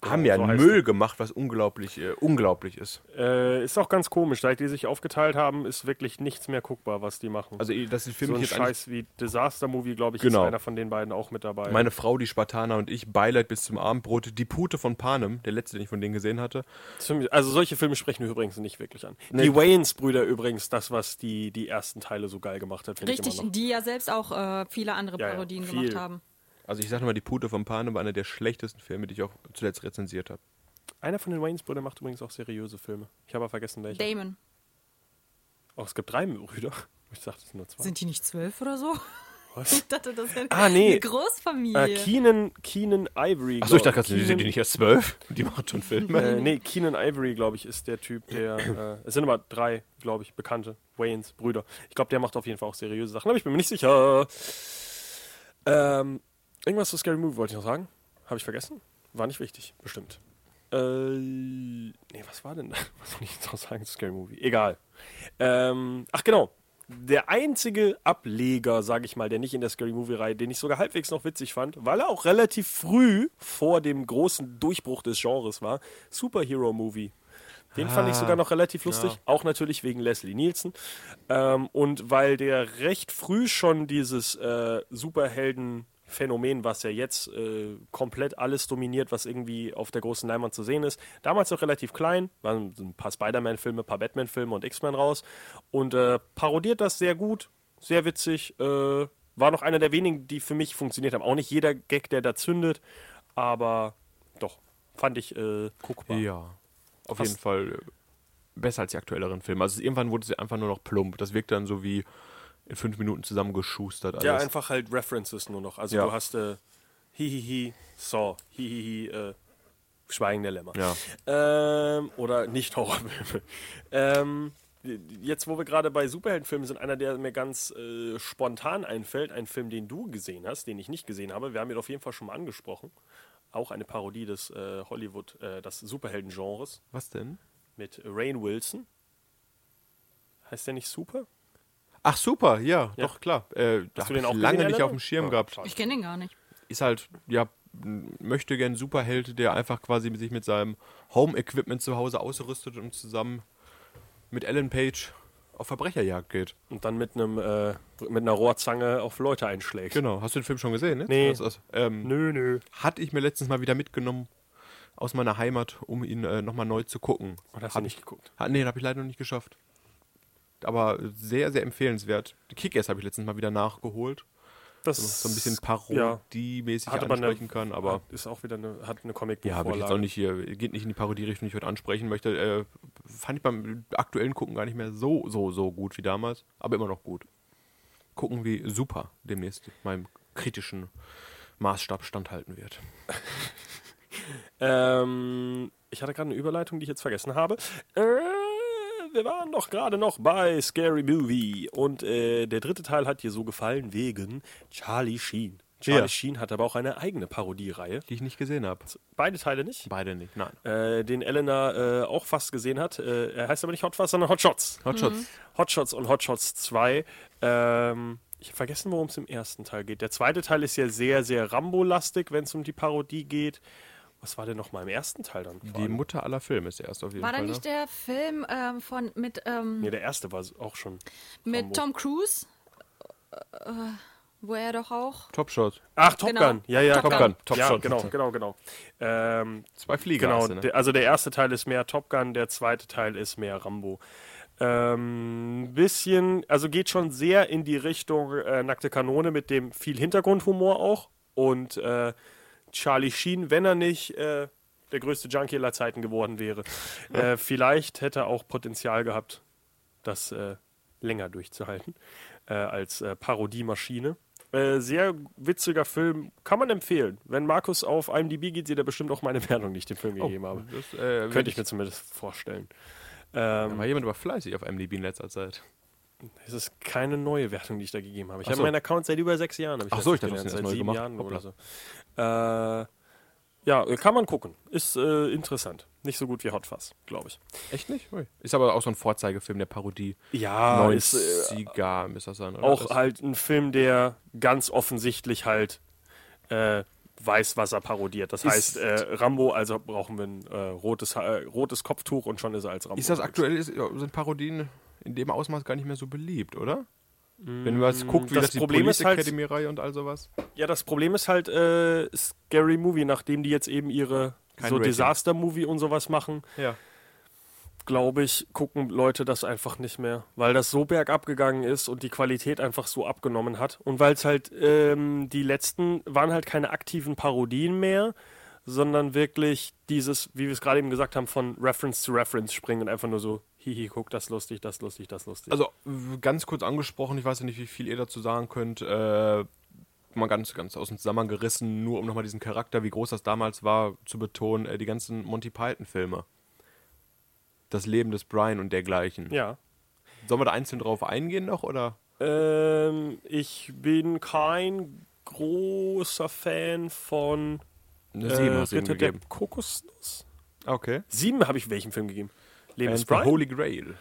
Äh, haben ja
so heißt
Müll gemacht, was unglaublich, äh, unglaublich ist.
Äh, ist auch ganz komisch. Seit die sich aufgeteilt haben, ist wirklich nichts mehr guckbar, was die machen.
Also eh, das ist für
so ein
mich jetzt eigentlich-
Scheiß wie Disaster Movie, glaube ich,
Genau.
ist einer von den beiden auch mit dabei.
Meine Frau, die Spartaner und ich, Beileid bis zum Abendbrot, die Pute von Panem, der letzte, den ich von denen gesehen hatte.
Ziemlich- Also solche Filme sprechen wir übrigens nicht wirklich an. Die Wayans-Brüder übrigens, das, was die, die ersten Teile so geil gemacht hat, finde ich immer
Richtig,
noch.
die ja selbst auch äh, viele andere
Ja, ja,
Parodien
viel.
gemacht haben.
Also ich sage mal, die Pute von Panem war einer der schlechtesten Filme, die ich auch zuletzt rezensiert habe.
Einer von den Wayans-Brüdern macht übrigens auch seriöse Filme. Ich habe aber vergessen, welche.
Damon.
oh, es gibt drei Brüder. Ich dachte, es sind nur zwei.
Sind die nicht zwölf oder so?
Was?
Ich dachte, das wäre
Ah, nee.
eine
Äh,
Großfamilie.
Keenan, Keenan Ivory.
Achso, ich
glaub-
dachte, die sind die nicht erst zwölf? Die machen schon Filme.
Äh, nee, Keenan Ivory, glaube ich, ist der Typ, der. Äh, es sind immer drei, glaube ich, bekannte Wayans Brüder. Ich glaube, der macht auf jeden Fall auch seriöse Sachen, aber ich bin mir nicht sicher. Ähm, irgendwas zu Scary Movie wollte ich noch sagen. Habe ich vergessen? War nicht wichtig, bestimmt. Äh, nee, was war denn da? Was soll ich jetzt noch sagen zu Scary Movie? Egal. Ähm, ach genau. Der einzige Ableger, sage ich mal, der nicht in der Scary Movie-Reihe, den ich sogar halbwegs noch witzig fand, weil er auch relativ früh vor dem großen Durchbruch des Genres war, Superhero Movie. Den fand ich sogar noch relativ lustig, auch natürlich wegen Leslie Nielsen. Ähm, und weil der recht früh schon dieses äh, Superhelden-Phänomen, was ja jetzt äh, komplett alles dominiert, was irgendwie auf der großen Leinwand zu sehen ist, damals noch relativ klein, waren so ein paar Spider-Man-Filme, ein paar Batman-Filme und X-Men raus und äh, parodiert das sehr gut, sehr witzig. Äh, war noch einer der wenigen, die für mich funktioniert haben. Auch nicht jeder Gag, der da zündet, aber doch, fand ich äh, guckbar.
Ja. Auf
Hast-
jeden Fall äh, besser als die aktuelleren Filme. Also irgendwann wurde sie einfach nur noch plump. Das wirkt dann so wie in fünf Minuten zusammengeschustert alles.
Ja, einfach halt References nur noch. Also
Ja.
du hast äh, hihihi, Saw, hihihi, äh, Schweigen der Lämmer.
Ja.
Ähm, oder nicht Horrorfilme. ähm, jetzt, wo wir gerade bei Superheldenfilmen sind, einer, der mir ganz äh, spontan einfällt, ein Film, den du gesehen hast, den ich nicht gesehen habe. Wir haben ihn auf jeden Fall schon mal angesprochen. Auch eine Parodie des äh, Hollywood, äh, des Superhelden-Genres
Was denn?
mit Rain Wilson. Heißt der nicht Super?
Ach super, ja,
Ja.
doch klar. Äh, da
du
hab
den
ich
auch
lange
gesehen,
nicht
Alter?
auf dem Schirm
Ja,
gehabt.
ich kenne den gar nicht.
Ist halt, ja, m- möchte gern Superheld, der einfach quasi sich mit seinem Home-Equipment zu Hause ausrüstet und zusammen mit Ellen Page auf Verbrecherjagd geht.
Und dann mit einem äh, mit einer Rohrzange auf Leute einschlägt.
Genau. Hast du den Film schon gesehen? Ne?
Nee.
Das ist- ähm,
Nö, nö.
hatte ich mir letztens mal wieder mitgenommen aus meiner Heimat, um ihn äh, nochmal neu zu gucken.
Und hast du
Hab
nicht
ich-
geguckt?
Ha, nee, den habe ich leider noch nicht geschafft. Aber sehr, sehr empfehlenswert. Kick-Ass habe ich letztens mal wieder nachgeholt.
Das
dass So ein bisschen
ja.
parodiemäßig
hat aber eine,
ansprechen kann, aber
hat- ist auch wieder eine, hat eine comic
ja, habe ich jetzt auch nicht hier, geht nicht in die Parodierichtung, die ich heute ansprechen möchte. Äh, fand ich beim aktuellen Gucken gar nicht mehr so, so, so gut wie damals, aber immer noch gut. Gucken, wie super demnächst meinem kritischen Maßstab standhalten wird.
Ähm, ich hatte gerade eine Überleitung, die ich jetzt vergessen habe. Äh, wir waren doch gerade noch bei Scary Movie und äh, der dritte Teil hat dir so gefallen wegen Charlie Sheen. Charlie
Ja.
Sheen hat aber auch eine eigene Parodiereihe.
Die ich nicht gesehen habe.
Beide Teile nicht.
Beide nicht, nein.
Äh, den Elena äh, auch fast gesehen hat. Äh, er heißt aber nicht Hot Fuzz, sondern Hot Shots.
Hot Shots.
Mhm.
Hot Shots und Hot Shots 2. Ähm, ich habe vergessen, worum es im ersten Teil geht. Der zweite Teil ist ja sehr, sehr Rambo-lastig, wenn es um die Parodie geht. Was war denn nochmal im ersten Teil dann? vor
Die
allem?
Mutter aller Filme ist erst auf jeden
War da
Fall.
nicht
ne?
der Film ähm, von, mit, ähm,
nee, der erste war auch schon.
mit
Rambo.
Tom Cruise? Äh, wo er doch auch.
Top Shot.
Ach, Top
Genau.
Gun. Ja, ja,
Top
Gun. Top
Top ja,
Shot.
genau, genau, genau. Ähm,
Zwei Flieger.
genau,
hast du, ne?
der- also der erste Teil ist mehr Top Gun, der zweite Teil ist mehr Rambo. Ähm, bisschen, also geht schon sehr in die Richtung äh, nackte Kanone mit dem viel Hintergrundhumor auch. Und äh, Charlie Sheen, wenn er nicht äh, der größte Junkie aller Zeiten geworden wäre, äh, vielleicht hätte er auch Potenzial gehabt, das äh, länger durchzuhalten äh, als äh, Parodiemaschine. Äh, sehr witziger Film, kann man empfehlen. Wenn Markus auf IMDb geht, sieht er bestimmt auch meine Wertung, die ich dem Film gegeben habe.
Das, Oh, äh,
Könnte ich mir zumindest vorstellen. Ähm,
Da war jemand aber fleißig auf MDB in letzter Zeit.
Es ist keine neue Wertung, die ich da gegeben habe. Ich
Ach
habe
so.
meinen Account seit über sechs Jahren. habe
Ach so,
das
ich dachte, du hast
gelernt,
ihn erst neu
Jahren oder
gemacht.
so. Äh, ja, kann man gucken. Ist äh, interessant. Nicht so gut wie Hot Fuzz, glaube ich.
Echt nicht? Ui. Ah, Ist aber auch so ein Vorzeigefilm der Parodie.
Ja, ist äh,
90er müsste das sein, oder?
auch
das,
halt ein Film, der ganz offensichtlich halt äh, weiß, was er parodiert. Das heißt, äh, Rambo, also brauchen wir ein äh, rotes, Ha- äh, rotes Kopftuch und schon ist er als Rambo.
Ist das aktuell, ist, ja, sind Parodien in dem Ausmaß gar nicht mehr so beliebt, oder? Wenn man jetzt guckt, wie
das
Mm, das, die
Problem ist
Police
halt-
Academy-Reihe und all sowas.
Ja, das Problem ist halt äh, Scary Movie, nachdem die jetzt eben ihre
Kein
so
Rating.
Disaster-Movie und sowas machen.
Ja.
glaube ich, gucken Leute das einfach nicht mehr, weil das so bergab gegangen ist und die Qualität einfach so abgenommen hat. Und weil es halt ähm, die letzten waren halt keine aktiven Parodien mehr, sondern wirklich dieses, wie wir es gerade eben gesagt haben, von Reference zu Reference springen und einfach nur so, hihi, guck, das lustig, das lustig, das lustig.
Also w- ganz kurz angesprochen, ich weiß ja nicht, wie viel ihr dazu sagen könnt. Äh, mal ganz, ganz aus dem Zusammenhang gerissen, nur um nochmal diesen Charakter, wie groß das damals war, zu betonen. Äh, die ganzen Monty Python-Filme. Das Leben des Brian und dergleichen.
ja.
Sollen wir da einzeln drauf eingehen noch, oder?
Ähm, ich bin kein großer Fan von
Eine
äh,
hast du ihm
Ritter der
gegeben.
Kokosnuss.
Okay.
Sieben habe ich welchem Film gegeben? Leben
And
des
the
Äh, Brian?
Holy Grail.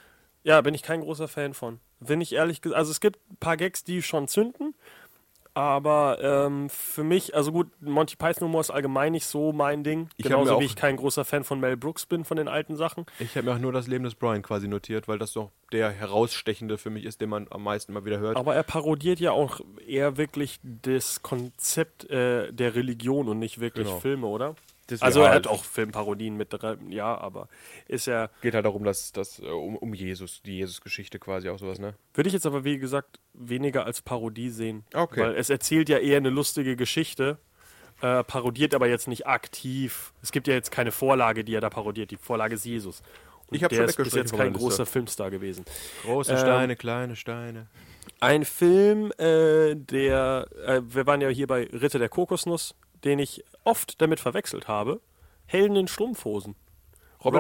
Ja, bin ich kein großer Fan von. Bin ich ehrlich gesagt. Also es gibt ein paar Gags, die schon zünden. Aber ähm, für mich, also gut, Monty Python Humor ist allgemein nicht so mein Ding.
Ich hab mir
Genauso
auch-
wie ich kein großer Fan von Mel Brooks bin, von den alten Sachen.
Ich habe mir auch nur das Leben des Brian quasi notiert, weil das doch der herausstechende für mich ist, den man am meisten immer wieder hört.
Aber er parodiert ja auch eher wirklich das Konzept äh, der Religion und nicht wirklich
Genau.
Filme, oder?
Das
also
wäre
er
halt-
hat auch Filmparodien mit drin, ja, aber ist ja,
Geht halt darum, dass das um, um Jesus, die Jesus-Geschichte quasi auch sowas, ne?
würde ich jetzt aber wie gesagt weniger als Parodie sehen.
Okay.
Weil es erzählt ja eher eine lustige Geschichte, äh, parodiert aber jetzt nicht aktiv. Es gibt ja jetzt keine Vorlage, die er da parodiert. Die Vorlage ist Jesus. Und
Ich hab's
der
schon
ist bis
weggestrichen
jetzt
von meiner
kein
Liste.
großer Filmstar gewesen.
Große
Ähm,
Steine, kleine Steine.
Ein Film, äh, der, äh, wir waren ja hier bei Ritter der Kokosnuss, den ich oft damit verwechselt habe. Helden in Strumpfhosen.
Den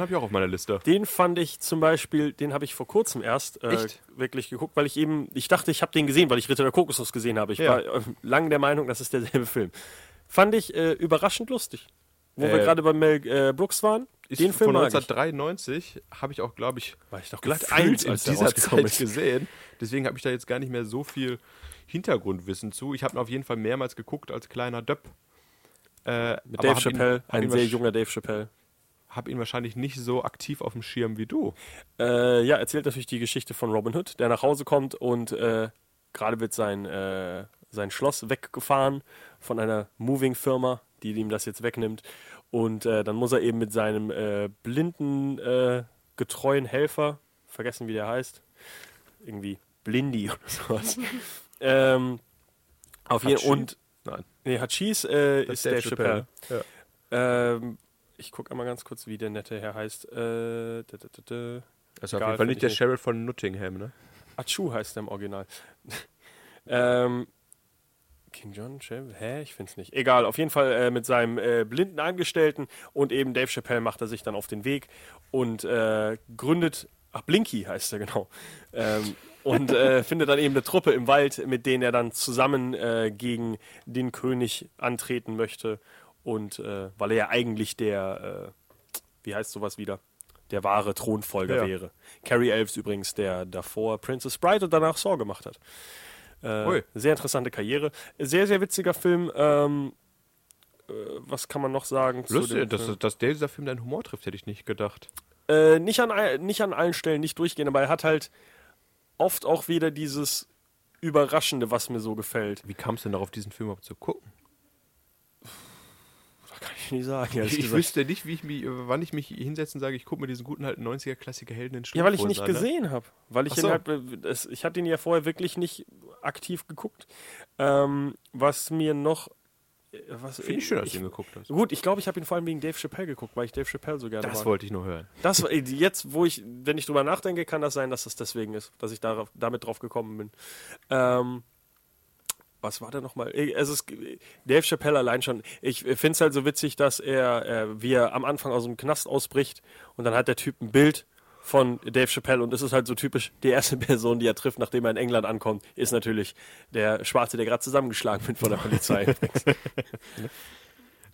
habe ich auch auf meiner Liste.
Den fand ich zum Beispiel, den habe ich vor kurzem erst äh,
Echt?
wirklich geguckt, weil ich eben, ich dachte, ich habe den gesehen, weil ich Ritter der Kokosnuss gesehen habe. Ich
Ja.
war äh, lange der Meinung, das ist derselbe Film. Fand ich äh, überraschend lustig. Wo wir
Äh,
gerade bei Mel äh, Brooks waren,
Ist
den Film
von
mag ich.
1993 habe ich auch, glaube ich,
War ich doch
glatt
glatt
eins
eins,
in
als der
dieser
rausgekommen
Zeit
ist.
gesehen. Deswegen habe ich da jetzt gar nicht mehr so viel Hintergrundwissen zu. Ich habe ihn auf jeden Fall mehrmals geguckt als kleiner Döpp. Äh,
Mit
aber
Dave
hab ihn-
Chappelle,
hab
ein
ihn
sehr
wahrsch-
junger Dave Chappelle.
Hab ihn wahrscheinlich nicht so aktiv auf dem Schirm wie du.
Äh, ja, erzählt natürlich die Geschichte von Robin Hood, der nach Hause kommt und äh, gerade wird sein, äh, sein Schloss weggefahren von einer Moving-Firma, die ihm das jetzt wegnimmt. Und äh, dann muss er eben mit seinem äh, blinden, äh, getreuen Helfer, vergessen wie der heißt, irgendwie Blindy oder sowas. ähm, auf jeden
Hatschi?
und
Nein.
nee, Hachis äh, ist Dave Chappelle.
Ja.
Ähm, ich gucke einmal ganz kurz, wie der nette Herr heißt. Äh, da, da, da, da.
Das ist auf
Egal,
jeden Fall
find
nicht
ich
der
nicht.
Sheriff von Nottingham, ne?
Achu heißt er im Original. ähm, King John, Chav- hä, ich find's nicht. Egal, auf jeden Fall äh, mit seinem äh, blinden Angestellten und eben Dave Chappelle macht er sich dann auf den Weg und äh, gründet, ach Blinky heißt er genau, ähm, und äh, findet dann eben eine Truppe im Wald, mit denen er dann zusammen äh, gegen den König antreten möchte und äh, weil er ja eigentlich der, äh, wie heißt sowas wieder, der wahre Thronfolger
Ja.
wäre. Carrie Elves übrigens, der davor Princess Bride und danach Saw gemacht hat. Äh,
Ui.
sehr interessante Karriere. Sehr, sehr witziger Film. Ähm, äh, was kann man noch sagen zu
Lustig,
dem
dass,
Film?
dass der dieser Film deinen Humor trifft, hätte ich nicht gedacht.
Äh, nicht, an, all- nicht an allen Stellen nicht durchgehen, aber er hat halt oft auch wieder dieses Überraschende, was mir so gefällt.
Wie kam es denn darauf, diesen Film überhaupt zu gucken?
Das kann ich nicht sagen, ehrlich
Ich, ich
gesagt.
wüsste nicht, wie ich mich, wann ich mich hinsetze und sage, ich gucke mir diesen guten alten 90er-Klassiker Helden in
Ja, weil ich
Strumpfhosen
nicht
an, ne?
gesehen habe. Weil ich
Ach so.
ihn halt, äh, es, ich hatte ihn ja vorher wirklich nicht aktiv geguckt. Ähm, was mir noch. äh, Was,
Finde ich schön, dass du ihn geguckt hast.
Gut, ich glaube, ich habe ihn vor allem wegen Dave Chappelle geguckt, weil ich Dave Chappelle so gerne
Das
mag.
wollte ich nur hören.
Das war- jetzt, wo ich, wenn ich drüber nachdenke, kann das sein, dass das deswegen ist, dass ich darauf, damit drauf gekommen bin. Ähm, was war da nochmal? Äh, Es ist Dave Chappelle allein schon. Ich finde es halt so witzig, dass er, äh, wie er am Anfang aus dem Knast ausbricht und dann hat der Typ ein Bild von Dave Chappelle und es ist halt so typisch, die erste Person, die er trifft, nachdem er in England ankommt, ist natürlich der Schwarze, der gerade zusammengeschlagen wird von der Polizei.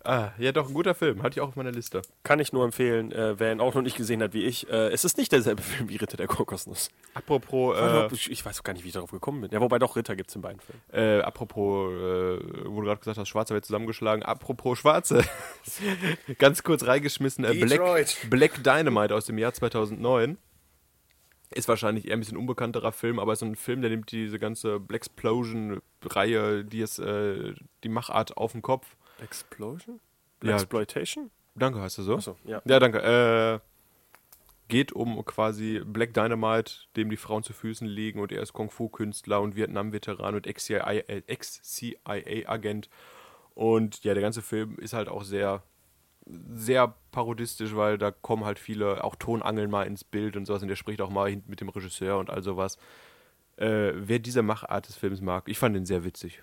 Ah, ja, doch, ein guter Film. Hatte ich auch auf meiner Liste.
Kann ich nur empfehlen, äh, wer ihn auch noch nicht gesehen hat wie ich. Äh, es ist nicht derselbe Film wie Ritter der Kokosnuss.
Apropos,
Äh,
äh,
ich weiß auch gar nicht, wie ich darauf gekommen bin. Ja, wobei doch Ritter gibt es in beiden Filmen.
äh, apropos, äh, wo du gerade gesagt hast, Schwarze wird zusammengeschlagen. Apropos Schwarze. Ganz kurz reingeschmissen. Äh, Black,
Detroit.
Black Dynamite aus dem Jahr 2009. Ist wahrscheinlich eher ein bisschen unbekannterer Film, aber ist so ein Film, der nimmt diese ganze Blaxplosion-Reihe, die ist, äh, die Machart auf den Kopf.
Explosion?
Ja.
Exploitation?
Danke, heißt er so?
so, ja.
Ja, danke. Äh, geht um quasi Black Dynamite, dem die Frauen zu Füßen liegen und er ist Kung-Fu-Künstler und Vietnam-Veteran und Ex-CIA äh, Ex-CIA-Agent. Und ja, der ganze Film ist halt auch sehr, sehr parodistisch, weil da kommen halt viele, auch Tonangeln mal ins Bild und sowas und der spricht auch mal hin- mit dem Regisseur und all sowas. Äh, wer diese Machart des Films mag, ich fand den sehr witzig.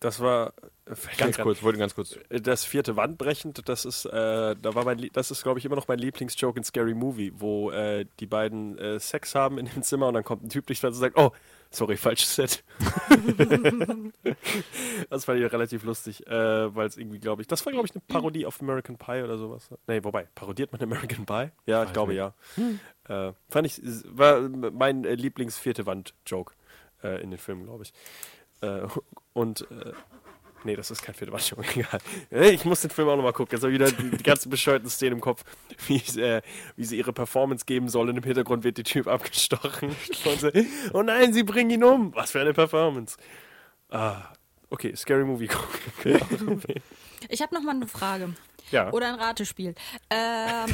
Das war äh, fällt mir
Ganz
grad-
kurz, wollte ganz kurz.
äh, Das vierte Wand brechend, das ist, äh, da war mein, Lie- das ist, glaube ich, immer noch mein Lieblingsjoke in Scary Movie, wo äh, die beiden äh, Sex haben in dem Zimmer und dann kommt ein Typ nicht und sagt, oh, sorry, falsches Set. das fand ich relativ lustig, äh, weil es irgendwie, glaube ich, das war, glaube ich, eine Parodie auf American Pie oder sowas. Nee, wobei, parodiert man American Pie? Ja, ich glaube ja. Äh, fand ich, s- war mein äh, Lieblings-vierte Wand-Joke äh, in den Filmen, glaube ich. Äh, und, äh, nee, das ist kein vierte Wand-Joke, egal. Hey, ich muss den Film auch nochmal gucken. Jetzt habe ich wieder die, die ganzen bescheuerten Szenen im Kopf, wie, es, äh, wie sie ihre Performance geben soll. Und im Hintergrund wird der Typ abgestochen. Und sie, oh nein, sie bringen ihn um. Was für eine Performance. Ah, okay, Scary Movie gucken. Äh,
Ich habe noch mal eine Frage.
ja.
Oder ein Ratespiel. Ähm,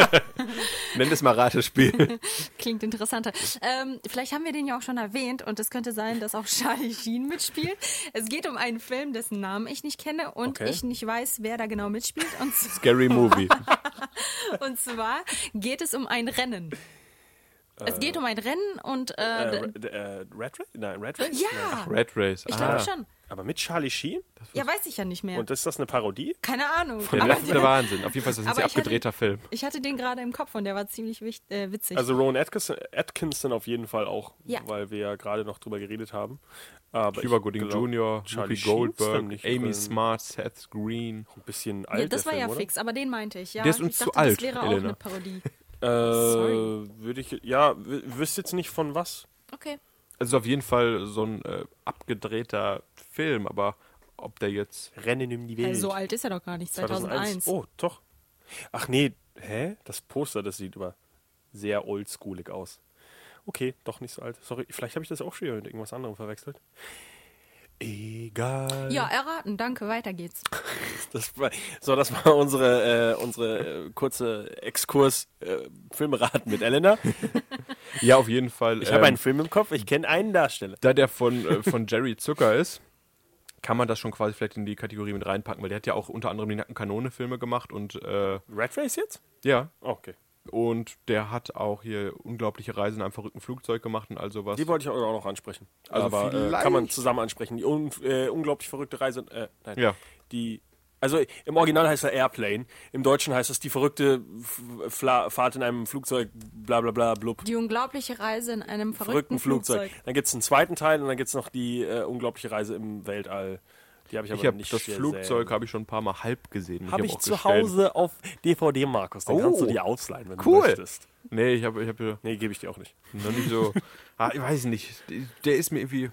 Nenn es mal Ratespiel.
Klingt interessanter. Ähm, vielleicht haben wir den ja auch schon erwähnt und es könnte sein, dass auch Charlie Sheen mitspielt. Es geht um einen Film, dessen Namen ich nicht kenne und
Okay.
ich nicht weiß, wer da genau mitspielt. Und, z-
Scary Movie.
und zwar geht es um ein Rennen. Es geht um ein Rennen und äh,
Äh,
d-
Ra- äh, Red Race? Nein, Red Race?
ja,
Red Race.
ich
Ah.
glaube schon.
Aber mit Charlie Sheen?
Ja, weiß ich ja nicht mehr.
Und äh, ist das eine Parodie?
Keine Ahnung.
Der
Aber
laufende Wahnsinn. Auf jeden Fall ist das ein
Aber
sehr
ich hatte-
abgedrehter Film.
ich hatte den gerade im Kopf und der war ziemlich wicht, äh, witzig.
Also Rowan Atkinson, Atkinson auf jeden Fall auch,
Ja.
weil wir ja gerade noch drüber geredet haben. Aber
Cuba
ich
Gooding
glaub,
Jr.,
Charlie
Charlie
Sheen ist
Goldberg,
dann nicht
Amy
drin.
Smart, Seth Green.
Ein bisschen alt.
ja, das
der
war ja
Film,
fix, aber den meinte ich. Ja,
Der ist
ich
uns zu
dachte,
alt,
das wäre auch
Elena.
eine Parodie.
Oder? Äh, würde ich. Ja, w- wüsste jetzt nicht von was.
Okay.
Also auf jeden Fall so ein äh, abgedrehter Film, aber ob der jetzt.
Rennen um die
Äh,
Welt.
so alt ist er doch gar nicht, 2001.
Oh, doch. Ach nee, hä? Das Poster, das sieht aber sehr oldschoolig aus. Okay, doch nicht so alt. Sorry, vielleicht habe ich das auch schon wieder mit irgendwas anderem verwechselt. Egal.
Ja, erraten, danke, weiter geht's.
Das war, so, das war unsere, äh, unsere äh, kurze Exkurs äh, Filmraten mit Elena.
Ja, auf jeden Fall.
Ich habe einen Film im Kopf, ich kenne einen Darsteller.
da der von, äh, von Jerry Zucker ist, kann man das schon quasi vielleicht in die Kategorie mit reinpacken, weil der hat ja auch unter anderem die Nackenkanone-Filme gemacht und äh,
Red Race jetzt?
ja.
Oh, okay.
Und der hat auch hier unglaubliche Reisen in einem verrückten Flugzeug gemacht und all sowas.
Die wollte ich auch noch ansprechen.
Also
Aber äh,
vielleicht-
kann man zusammen ansprechen. Die un äh, unglaublich verrückte Reise. Äh, nein.
Ja.
Die. Also im Original heißt er Airplane, im Deutschen heißt es die verrückte F Fla Fahrt in einem Flugzeug, bla bla bla, blub.
Die unglaubliche Reise in einem verrückten,
Verrückten Flugzeug.
Flugzeug.
Dann gibt es einen zweiten Teil und dann gibt es noch die äh, unglaubliche Reise im Weltall. Die habe ich aber
Ich habe
nicht
das
gesehen.
Flugzeug habe ich schon ein paar Mal halb gesehen. und
Habe
hab
ich
auch
zu
gestellt.
Hause auf DVD, Markus. Dann
Oh.
kannst du die ausleihen, wenn du
Cool.
möchtest.
Nee, ich habe ich hab
Nee, gebe ich dir auch nicht.
noch nicht so. ah, ich weiß nicht. Der ist mir irgendwie.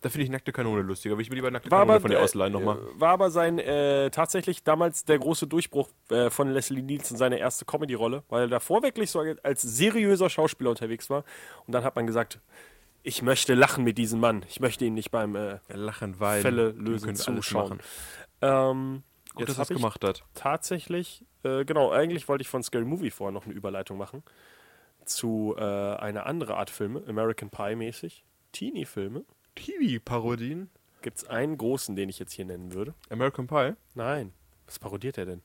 Da finde ich nackte Kanone lustiger. Will ich mir lieber nackte Kanone von der
äh,
ausleihen nochmal.
War aber sein äh, tatsächlich damals der große Durchbruch äh, von Leslie Nielsen, seine erste Comedy-Rolle, weil er davor wirklich so als seriöser Schauspieler unterwegs war. Und dann hat man gesagt, ich möchte lachen mit diesem Mann. Ich möchte ihn nicht beim äh,
Lachen, weil.
Fälle lösen zuschauen. Ähm,
Gut,
jetzt
dass das
habe ich
gemacht hat.
tatsächlich, äh, genau, eigentlich wollte ich von Scary Movie vorher noch eine Überleitung machen zu äh, einer anderen Art Filme, American Pie mäßig, Teenie-Filme.
TV-Parodien?
Gibt es einen großen, den ich jetzt hier nennen würde?
American Pie?
Nein. Was parodiert er denn?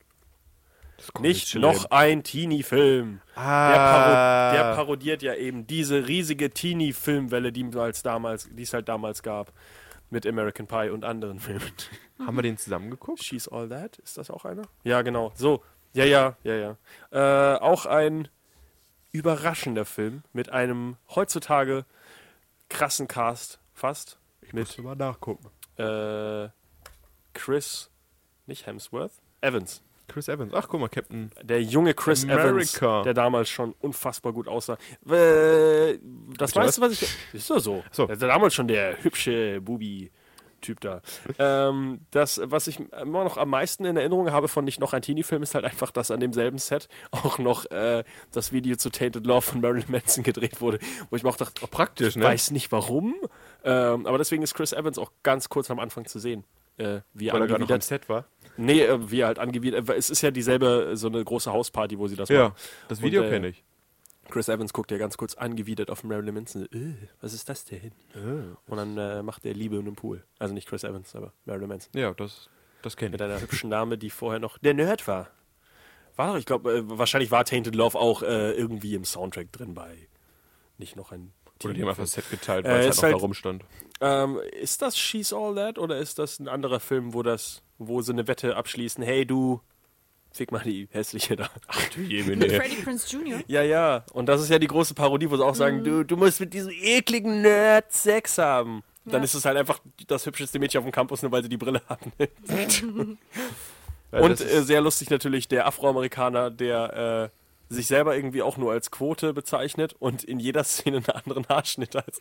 Nicht
College
noch ein Teenie-Film. Der,
Ah.
paro der parodiert ja eben diese riesige Teenie-Filmwelle, die es damals, die es halt damals gab. Mit American Pie und anderen Filmen.
Haben wir den zusammengeguckt?
She's All That, ist das auch einer? Ja, genau. So. Ja, ja, ja, ja. Äh, auch ein überraschender Film mit einem heutzutage krassen Cast fast. mit
mal nachgucken.
äh, Chris, nicht Hemsworth, Evans.
Chris Evans. Ach, guck mal, Captain.
Der junge Chris
America.
Evans, der damals schon unfassbar gut aussah. Äh, Das
Bitte
weißt du, was ich. Ist doch so.
so.
Der, damals schon der hübsche Bubi-Typ da. ähm, das, was ich immer noch am meisten in Erinnerung habe von nicht noch ein Teenie-Film, ist halt einfach, dass an demselben Set auch noch äh, das Video zu Tainted Love von Marilyn Manson gedreht wurde, wo ich mir auch dachte, oh,
Praktisch, ne?
weiß nicht warum. Ähm, aber deswegen ist Chris Evans auch ganz kurz am Anfang zu sehen. Äh, wie
Weil er gerade noch am
angewidert
Set war.
Nee, äh, wie er halt angewidert. äh, Es ist ja dieselbe, äh, so eine große Hausparty, wo sie das machen.
das Video
Und, äh,
kenne ich.
Chris Evans guckt ja ganz kurz angewidert auf Marilyn Manson. Äh, was ist das denn? Und dann äh, macht er Liebe in einem Pool. Also nicht Chris Evans, aber Marilyn Manson.
Ja, das, das kenne
Mit
ich.
einer hübschen Dame, die vorher noch der Nerd war. War doch, ich glaube, äh, wahrscheinlich war Tainted Love auch äh, irgendwie im Soundtrack drin bei nicht noch ein
Oder die
Teenie-Film.
haben einfach das Set geteilt,
Äh,
weil es halt
ist
noch
halt-
da rumstand.
Ähm, ist das She's All That oder ist das ein anderer Film, wo das, wo sie eine Wette abschließen, hey du, fick mal die hässliche da. Ach du
Mit Freddie Prince Jr.
Ja, ja. Und das ist ja die große Parodie, wo sie auch sagen, du, du musst mit diesem ekligen Nerd Sex haben. Dann ist es halt einfach das hübscheste Mädchen auf dem Campus, nur weil sie die Brille hatten.
Weil
Und
das
äh,
ist,
sehr lustig natürlich der Afroamerikaner, der äh, sich selber irgendwie auch nur als Quote bezeichnet und in jeder Szene einen anderen Haarschnitt hat.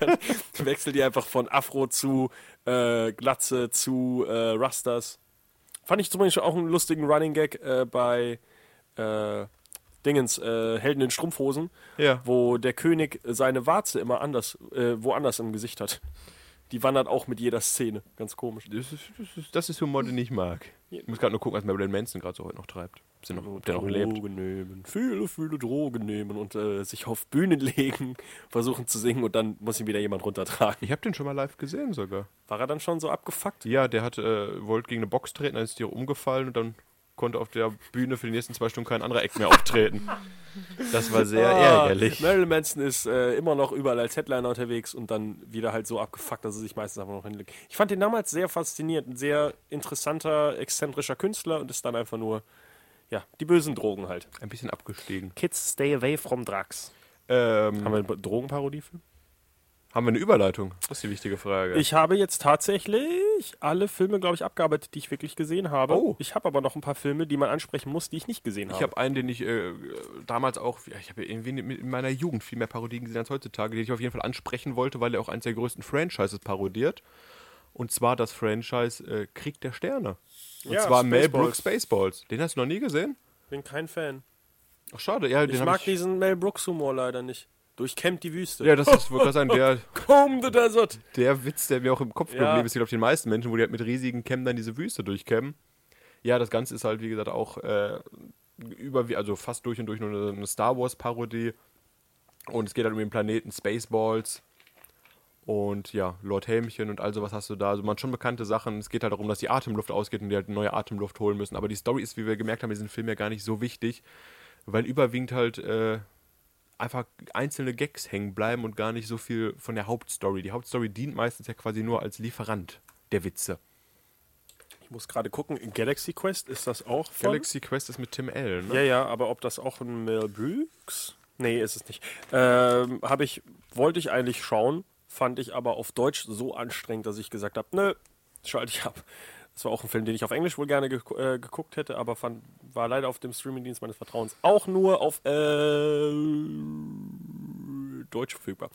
Dann Wechselt die einfach von Afro zu äh, Glatze zu äh, Rastas. Fand ich zum Beispiel auch einen lustigen Running Gag äh, bei äh, Dingens, äh, Helden in Strumpfhosen,
Ja.
wo der König seine Warze immer anders, äh, woanders im Gesicht hat. Die wandert auch mit jeder Szene. Ganz komisch.
das, ist, das, ist, das ist Humor, den ich mag. Ich muss gerade nur gucken, was Marilyn Manson gerade so heute noch treibt. Ob sie noch,
Oh.
ob der noch lebt.
Drogen nehmen, viele, viele Drogen nehmen und äh, sich auf Bühnen legen, versuchen zu singen und dann muss ihn wieder jemand runtertragen.
Ich habe den schon mal live gesehen sogar.
War er dann schon so abgefuckt?
Ja, der hat, äh, wollte gegen eine Box treten, dann ist die umgefallen und dann konnte auf der Bühne für die nächsten zwei Stunden kein anderer Eck mehr auftreten. Das war
Oh.
sehr ärgerlich.
Ah, Marilyn Manson ist äh, immer noch überall als Headliner unterwegs und dann wieder halt so abgefuckt, dass er sich meistens einfach noch hinlegt. Ich fand den damals sehr faszinierend, ein sehr interessanter, exzentrischer Künstler und ist dann einfach nur, ja, die bösen Drogen halt.
Ein bisschen abgestiegen.
Kids stay away from drugs.
Ähm,
Haben wir eine Drogenparodie für?
haben wir eine Überleitung? Das ist die wichtige Frage.
Ich habe jetzt tatsächlich alle Filme, glaube ich, abgearbeitet, die ich wirklich gesehen habe.
Oh.
Ich habe aber noch ein paar Filme, die man ansprechen muss, die ich nicht gesehen
Ich habe einen, den ich äh, damals auch, ja, ich habe ja irgendwie in in meiner Jugend viel mehr Parodien gesehen als heutzutage, den ich auf jeden Fall ansprechen wollte, weil er auch eines der größten Franchises parodiert. Und zwar das Franchise äh, Krieg der Sterne. Und
Ja,
zwar Mel
Spaceballs.
Brooks Spaceballs. Den hast du noch nie gesehen?
Bin kein Fan.
Ach, schade. Ja, den
Ich
hab
mag diesen Mel Brooks Humor leider nicht. Durchkämmt die Wüste.
Ja, das ist wohl gerade sein, der,
Comb the Desert.
der Witz, der mir auch im Kopf
Ja.
geblieben ist, ich glaube, den meisten Menschen, wo die halt mit riesigen Kämmen dann diese Wüste durchkämmen. Ja, das Ganze ist halt, wie gesagt, auch äh, über, also fast durch und durch nur eine- eine Star Wars-Parodie. Und es geht halt um den Planeten Spaceballs. Und ja, Lord Helmchen und all sowas hast du da. Also man hat schon bekannte Sachen. Es geht halt darum, dass die Atemluft ausgeht und die halt neue Atemluft holen müssen. Aber die Story ist, wie wir gemerkt haben, in diesem Film ja gar nicht so wichtig, weil überwiegend halt äh, einfach einzelne Gags hängen bleiben und gar nicht so viel von der Hauptstory. Die Hauptstory dient meistens ja quasi nur als Lieferant der Witze.
Ich muss gerade gucken, in Galaxy Quest ist das auch von?
Galaxy Quest ist mit Tim L. Ne?
Ja, ja, aber ob das auch ein Mel Brooks? Nee, ist es nicht. Ähm, habe ich wollte ich eigentlich schauen, fand ich aber auf Deutsch so anstrengend, dass ich gesagt habe, nö, schalte ich ab. Das war auch ein Film, den ich auf Englisch wohl gerne ge äh, geguckt hätte, aber fand, war leider auf dem Streamingdienst meines Vertrauens auch nur auf äh, Deutsch verfügbar.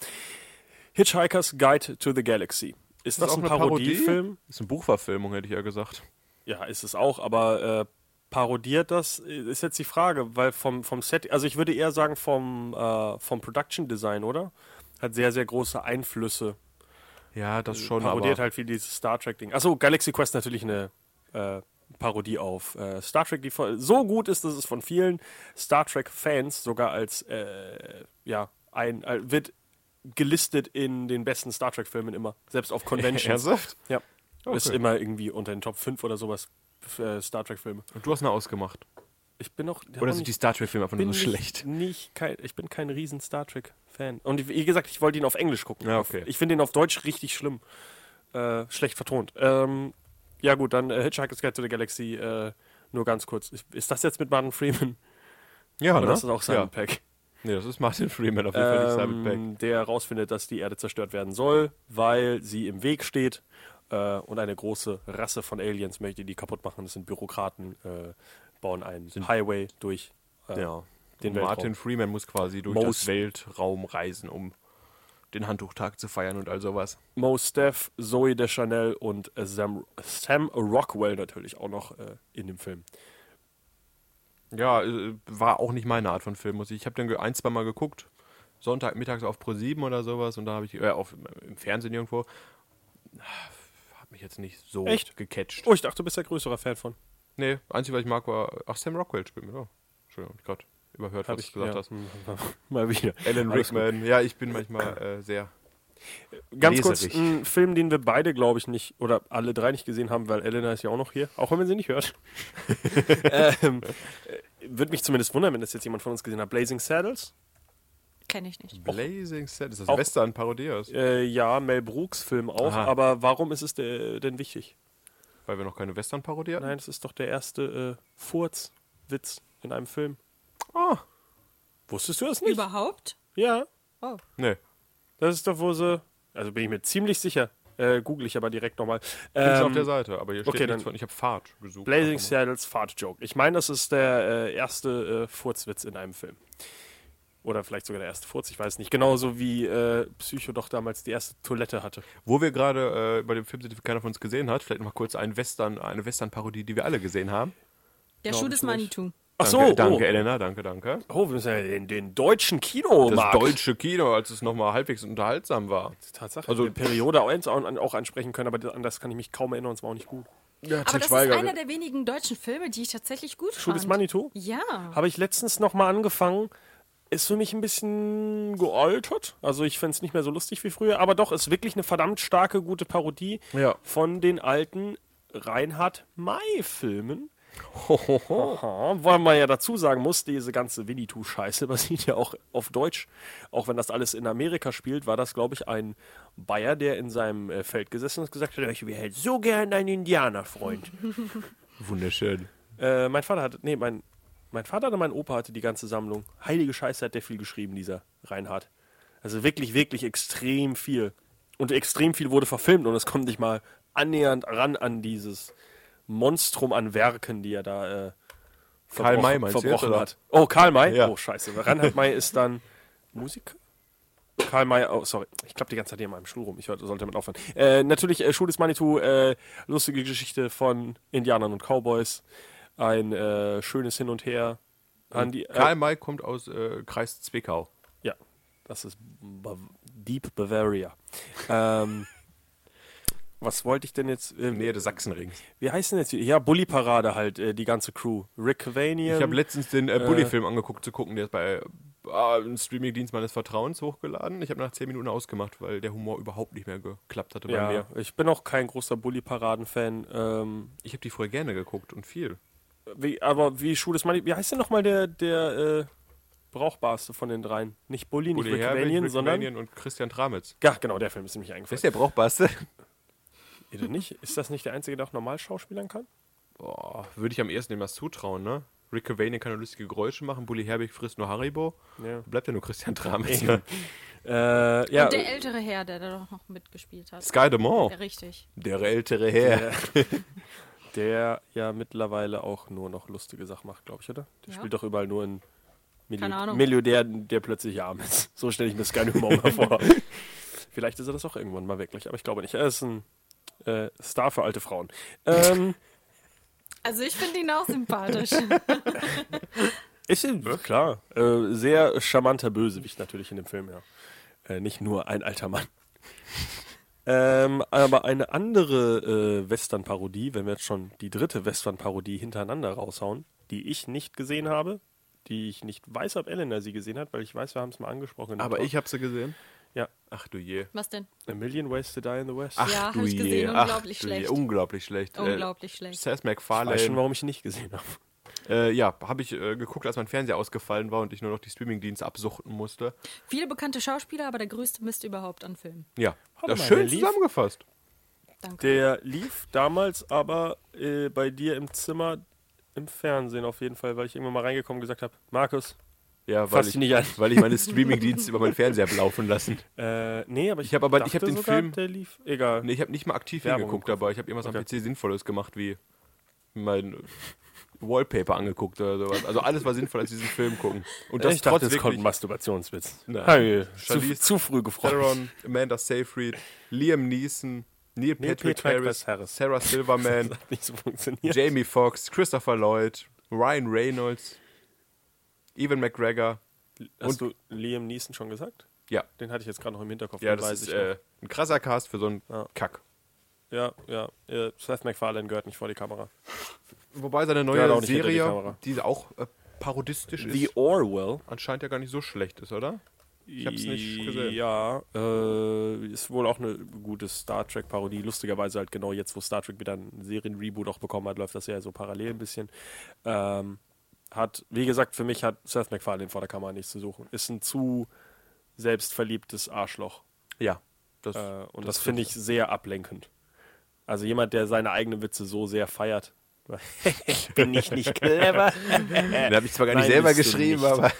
Hitchhiker's Guide to the Galaxy. Ist das,
auch
ein
eine Parodie?
Parodiefilm?
Ist eine Buchverfilmung, hätte ich ja gesagt.
Ja, ist es auch, aber äh, parodiert das, äh, ist jetzt die Frage, weil vom, vom Set, also ich würde eher sagen vom, äh, vom Production Design, oder? Hat sehr, sehr große Einflüsse.
Ja, das schon.
parodiert
aber
halt viel dieses Star Trek-Ding. Achso, Galaxy Quest natürlich eine äh, Parodie auf äh, Star Trek, die von, so gut ist, dass es von vielen Star Trek-Fans sogar als, äh, ja, ein, äh, wird gelistet in den besten Star Trek-Filmen immer, selbst auf Conventions.
Ernsthaft?
Ja. Ist
Okay.
immer irgendwie unter den Top 5 oder sowas äh, Star Trek-Filme.
Und du hast eine ausgemacht.
Ich bin noch.
Oder sind die Star Trek-Filme einfach nur so
nicht,
schlecht?
Nicht kein, ich bin kein riesen Star Trek-Fan. Und wie gesagt, ich wollte ihn auf Englisch gucken.
Ja, okay.
Ich finde ihn auf Deutsch richtig schlimm. Äh, schlecht vertont. Ähm, ja, gut, dann äh, Hitchhiker's Guide to the Galaxy. Äh, nur ganz kurz. Ich, ist das jetzt mit Martin Freeman?
Ja, ne?
Oder ist das auch Simon
ja.
Peck?
Nee, das ist Martin Freeman auf jeden Fall, nicht Simon Peck.
Ähm, der herausfindet, dass die Erde zerstört werden soll, weil sie im Weg steht. Äh, und eine große Rasse von Aliens möchte die kaputt machen. Das sind Bürokraten, äh, bauen einen Highway durch äh,
Ja.
den
Martin
Weltraum.
Freeman muss quasi durch
Most.
das Weltraum reisen, um den Handtuchtag zu feiern und all sowas.
Mo Staff, Zoe Deschanel und äh, Sam, Sam Rockwell natürlich auch noch äh, in dem Film.
Ja, äh, war auch nicht meine Art von Film. muss Ich Ich habe den ge- ein, zwei Mal geguckt. Sonntag mittags auf Pro 7 oder sowas und da habe ich äh, auf, im Fernsehen irgendwo Ah, hat mich jetzt nicht so
Echt?
gecatcht.
Oh, ich dachte, du bist der größere Fan von.
Nee, einzige, was ich mag, war ach Sam Rockwell spielt mit. Oh, Entschuldigung, hab ich gerade überhört,
Hab
was ich gesagt
ja.
hast.
Mal wieder.
Alan
Alles gut.
Rickman. Ja, ich bin manchmal äh, sehr
Ganz kurz,
Leserich.
ein Film, den wir beide, glaube ich, nicht oder alle drei nicht gesehen haben, weil Elena ist ja auch noch hier, auch wenn man sie nicht hört. ähm, äh, Würde mich zumindest wundern, wenn das jetzt jemand von uns gesehen hat. Blazing Saddles?
Kenne ich nicht.
Blazing Set. Ist das
Auch-
Western Parodias?
Äh, ja, Mel Brooks Film auch,
Aha.
aber warum ist es de- denn wichtig?
Weil wir noch keine Western parodieren?
Nein, es ist doch der erste äh, Furzwitz in einem Film.
Ah,
Wusstest du das nicht?
Überhaupt?
Ja,
nee.
das ist doch, wo sie. Also bin ich mir ziemlich sicher. Äh, google ich aber direkt nochmal.
Ist auf
Ähm,
der Seite, aber hier steht
okay, dann-
nichts von. Ich habe Fahrt gesucht.
Blazing
Einfach mal.
Saddles Fart-Joke. Ich meine, das ist der äh, erste äh, Furzwitz in einem Film. Oder vielleicht sogar der erste Furz, ich weiß nicht. Genauso wie äh, Psycho doch damals die erste Toilette hatte.
Wo wir gerade äh, bei dem Film sind, den keiner von uns gesehen hat, vielleicht noch mal kurz einen Western, eine Western-Parodie, die wir alle gesehen haben.
Der
Glaub
Schuh
ich
des
nicht.
Manitou.
Ach
danke,
so, oh.
danke Elena, danke, danke.
Oh, wir müssen ja den, den deutschen Kino
Das deutsche Kino, als es nochmal halbwegs unterhaltsam war.
Tatsache.
Also-
Also Periode 1 auch, auch ansprechen können, aber an das kann ich mich kaum erinnern, es war auch nicht gut.
Ja,
Aber das ist einer der wenigen deutschen Filme, die ich tatsächlich gut
Schuh
fand.
des Manitou?
Ja.
Habe ich letztens nochmal angefangen. Ist für mich ein bisschen gealtert. Also ich fände es nicht mehr so lustig wie früher. Aber doch, ist wirklich eine verdammt starke, gute Parodie
Ja.
von den alten Reinhard May-Filmen. Aha, weil man ja dazu sagen muss, diese ganze Winnetou-Scheiße basiert ja auch auf Deutsch. Auch wenn das alles in Amerika spielt, war das, glaube ich, ein Bayer, der in seinem äh, Feld gesessen ist und gesagt hat, ich wäre halt so gern ein Indianerfreund.
Wunderschön.
Äh, mein Vater hatte, nee, mein, mein Vater oder mein Opa hatte die ganze Sammlung. Heilige Scheiße hat der viel geschrieben, dieser Reinhard. Also wirklich, wirklich extrem viel. Und extrem viel wurde verfilmt und es kommt nicht mal annähernd ran an dieses Monstrum an Werken, die er da äh,
Karl
verbrochen-
May meinst du jetzt,
verbrochen
oder?
hat. Oh, Karl May?
Ja.
Oh, scheiße. Reinhard May ist dann Musiker? Karl May, oh, sorry. Ich klappe die ganze Zeit hier in meinem Stuhl rum. Ich hör- sollte damit aufhören. Äh, natürlich, äh, Schuh des Manitou, äh, lustige Geschichte von Indianern und Cowboys. Ein äh, schönes Hin und Her. An die,
Karl
äh,
May kommt aus äh, Kreis Zwickau.
ja, das ist Bav Deep Bavaria. ähm, was wollte ich denn jetzt? Äh,
Nähe des Sachsenrings.
wie heißt denn jetzt? die- Ja, Bully Parade halt, äh, die ganze Crew. Rick Vanian.
Ich habe letztens den äh, Bully-Film angeguckt, zu gucken, der ist bei äh, einem Streaming-Dienst meines Vertrauens hochgeladen. Ich habe nach 10 Minuten ausgemacht, weil der Humor überhaupt nicht mehr geklappt hatte bei
ja,
mir.
ich bin auch kein großer Bully-Paraden-Fan. Ähm,
Ich habe die früher gerne geguckt und viel.
Wie, aber wie Schuh des Money. Wie heißt denn nochmal der, der äh, brauchbarste von den dreien? Nicht Bully, nicht Rick
Herwig,
Vanian,
Rick
sondern.
Vanian und Christian Tramitz.
Ja, genau, der Film ist nämlich eingefallen.
der brauchbarste?
Ist der nicht? Ist das nicht der einzige, der auch normal schauspielern kann?
Boah, würde ich am ersten dem was zutrauen, ne? Rick Vanian kann nur lustige Geräusche machen, Bully Herbig frisst nur Haribo.
Ja.
Bleibt ja nur Christian Tramitz.
Eben. Äh, ja,
Und der ältere Herr, der da doch noch mitgespielt hat.
Sky Demont,
Ja, richtig.
der ältere Herr.
der ja mittlerweile auch nur noch lustige Sachen macht, glaube ich, oder? Der
Ja.
spielt doch überall nur in
Keine
Millio
Ahnung.
Milliardär, der plötzlich arm ist. So stelle ich mir Sky Humor mal vor. Vielleicht ist er das auch irgendwann mal wirklich, aber ich glaube nicht. Er ist ein äh, Star für alte Frauen. Ähm.
Also ich finde ihn auch sympathisch.
Ist ihm, klar. Äh, sehr charmanter Bösewicht natürlich in dem Film, ja. Äh, nicht nur ein alter Mann. ähm, aber eine andere äh, Western-Parodie, wenn wir jetzt schon die dritte Western-Parodie hintereinander raushauen, die ich nicht gesehen habe, die ich nicht weiß, ob Elena sie gesehen hat, weil ich weiß, wir haben es mal angesprochen.
Aber ich habe sie gesehen.
Ja,
Ach du je.
Was denn?
A Million Ways to Die in the West.
Ach
Ja,
du
hab ich
je.
gesehen.
Ach,
Unglaublich
du je.
schlecht.
Unglaublich schlecht.
Unglaublich
äh,
schlecht.
Seth
ich weiß schon,
MacFarlane.
warum ich ihn nicht gesehen habe.
Äh, ja, habe ich äh, geguckt, als mein Fernseher ausgefallen war und ich nur noch die Streamingdienste absuchten musste.
Viele bekannte Schauspieler, aber der größte Mist überhaupt an Filmen.
Ja,
Warte
das
mal,
schön
der lief-
zusammengefasst.
Danke.
Der lief damals aber äh, bei dir im Zimmer im Fernsehen auf jeden Fall, weil ich irgendwann mal reingekommen und gesagt habe, Markus,
Ja, weil
Fass
ich,
ihn nicht an.
weil ich meine Streamingdienste über meinen Fernseher habe laufen lassen.
äh, nee, aber ich,
Ich hab aber- ich hab
dachte
den
sogar,
Film-
der lief, egal.
Nee, ich habe nicht mal aktiv
Werbung
hingeguckt
im
dabei. Ich habe irgendwas am
Okay.
PC Sinnvolles gemacht, wie mein Wallpaper angeguckt oder sowas. Also alles war sinnvoll, als diesen Film gucken. Und das
ich dachte,
trotz
es kommt ein
wirklich
Masturbationswitz.
Nein.
Hi, zu,
Charlize
zu früh gefreut.
Theron, Amanda Seyfried, Liam Neeson, Neil Patrick,
Patrick
Harris,
Harris.
Sarah
Das
Silverman,
hat nicht so funktioniert.
Jamie Foxx, Christopher Lloyd, Ryan Reynolds, Evan McGregor.
Hast du Liam Neeson schon gesagt?
Ja,
Den hatte ich jetzt gerade noch im Hinterkopf.
ja
den
das ist
ich noch.
äh, ein krasser Cast für so einen
Ja.
Kack.
ja, ja. Äh, Seth MacFarlane gehört nicht vor die Kamera.
Wobei seine
hat auch
neue
nicht hinter die
Serie,
Kamera.
die, auch äh, parodistisch ist,
Orwell.
anscheinend ja gar nicht so schlecht ist, oder?
Ich
hab's nicht gesehen.
Ja, äh, ist wohl auch eine gute Star Trek-Parodie. Lustigerweise halt genau jetzt, wo Star Trek wieder einen Serien-Reboot auch bekommen hat, läuft das ja so parallel ein bisschen. Ähm, hat, wie gesagt, für mich hat Seth MacFarlane vor der Kamera nichts zu suchen. Ist ein zu selbstverliebtes Arschloch.
Ja. Das,
Äh, und das, finde ich sehr ablenkend. Also jemand, der seine eigenen Witze so sehr feiert. Bin ich nicht clever?
Da habe ich zwar gar nicht
Nein,
selber
bist du
geschrieben,
nicht.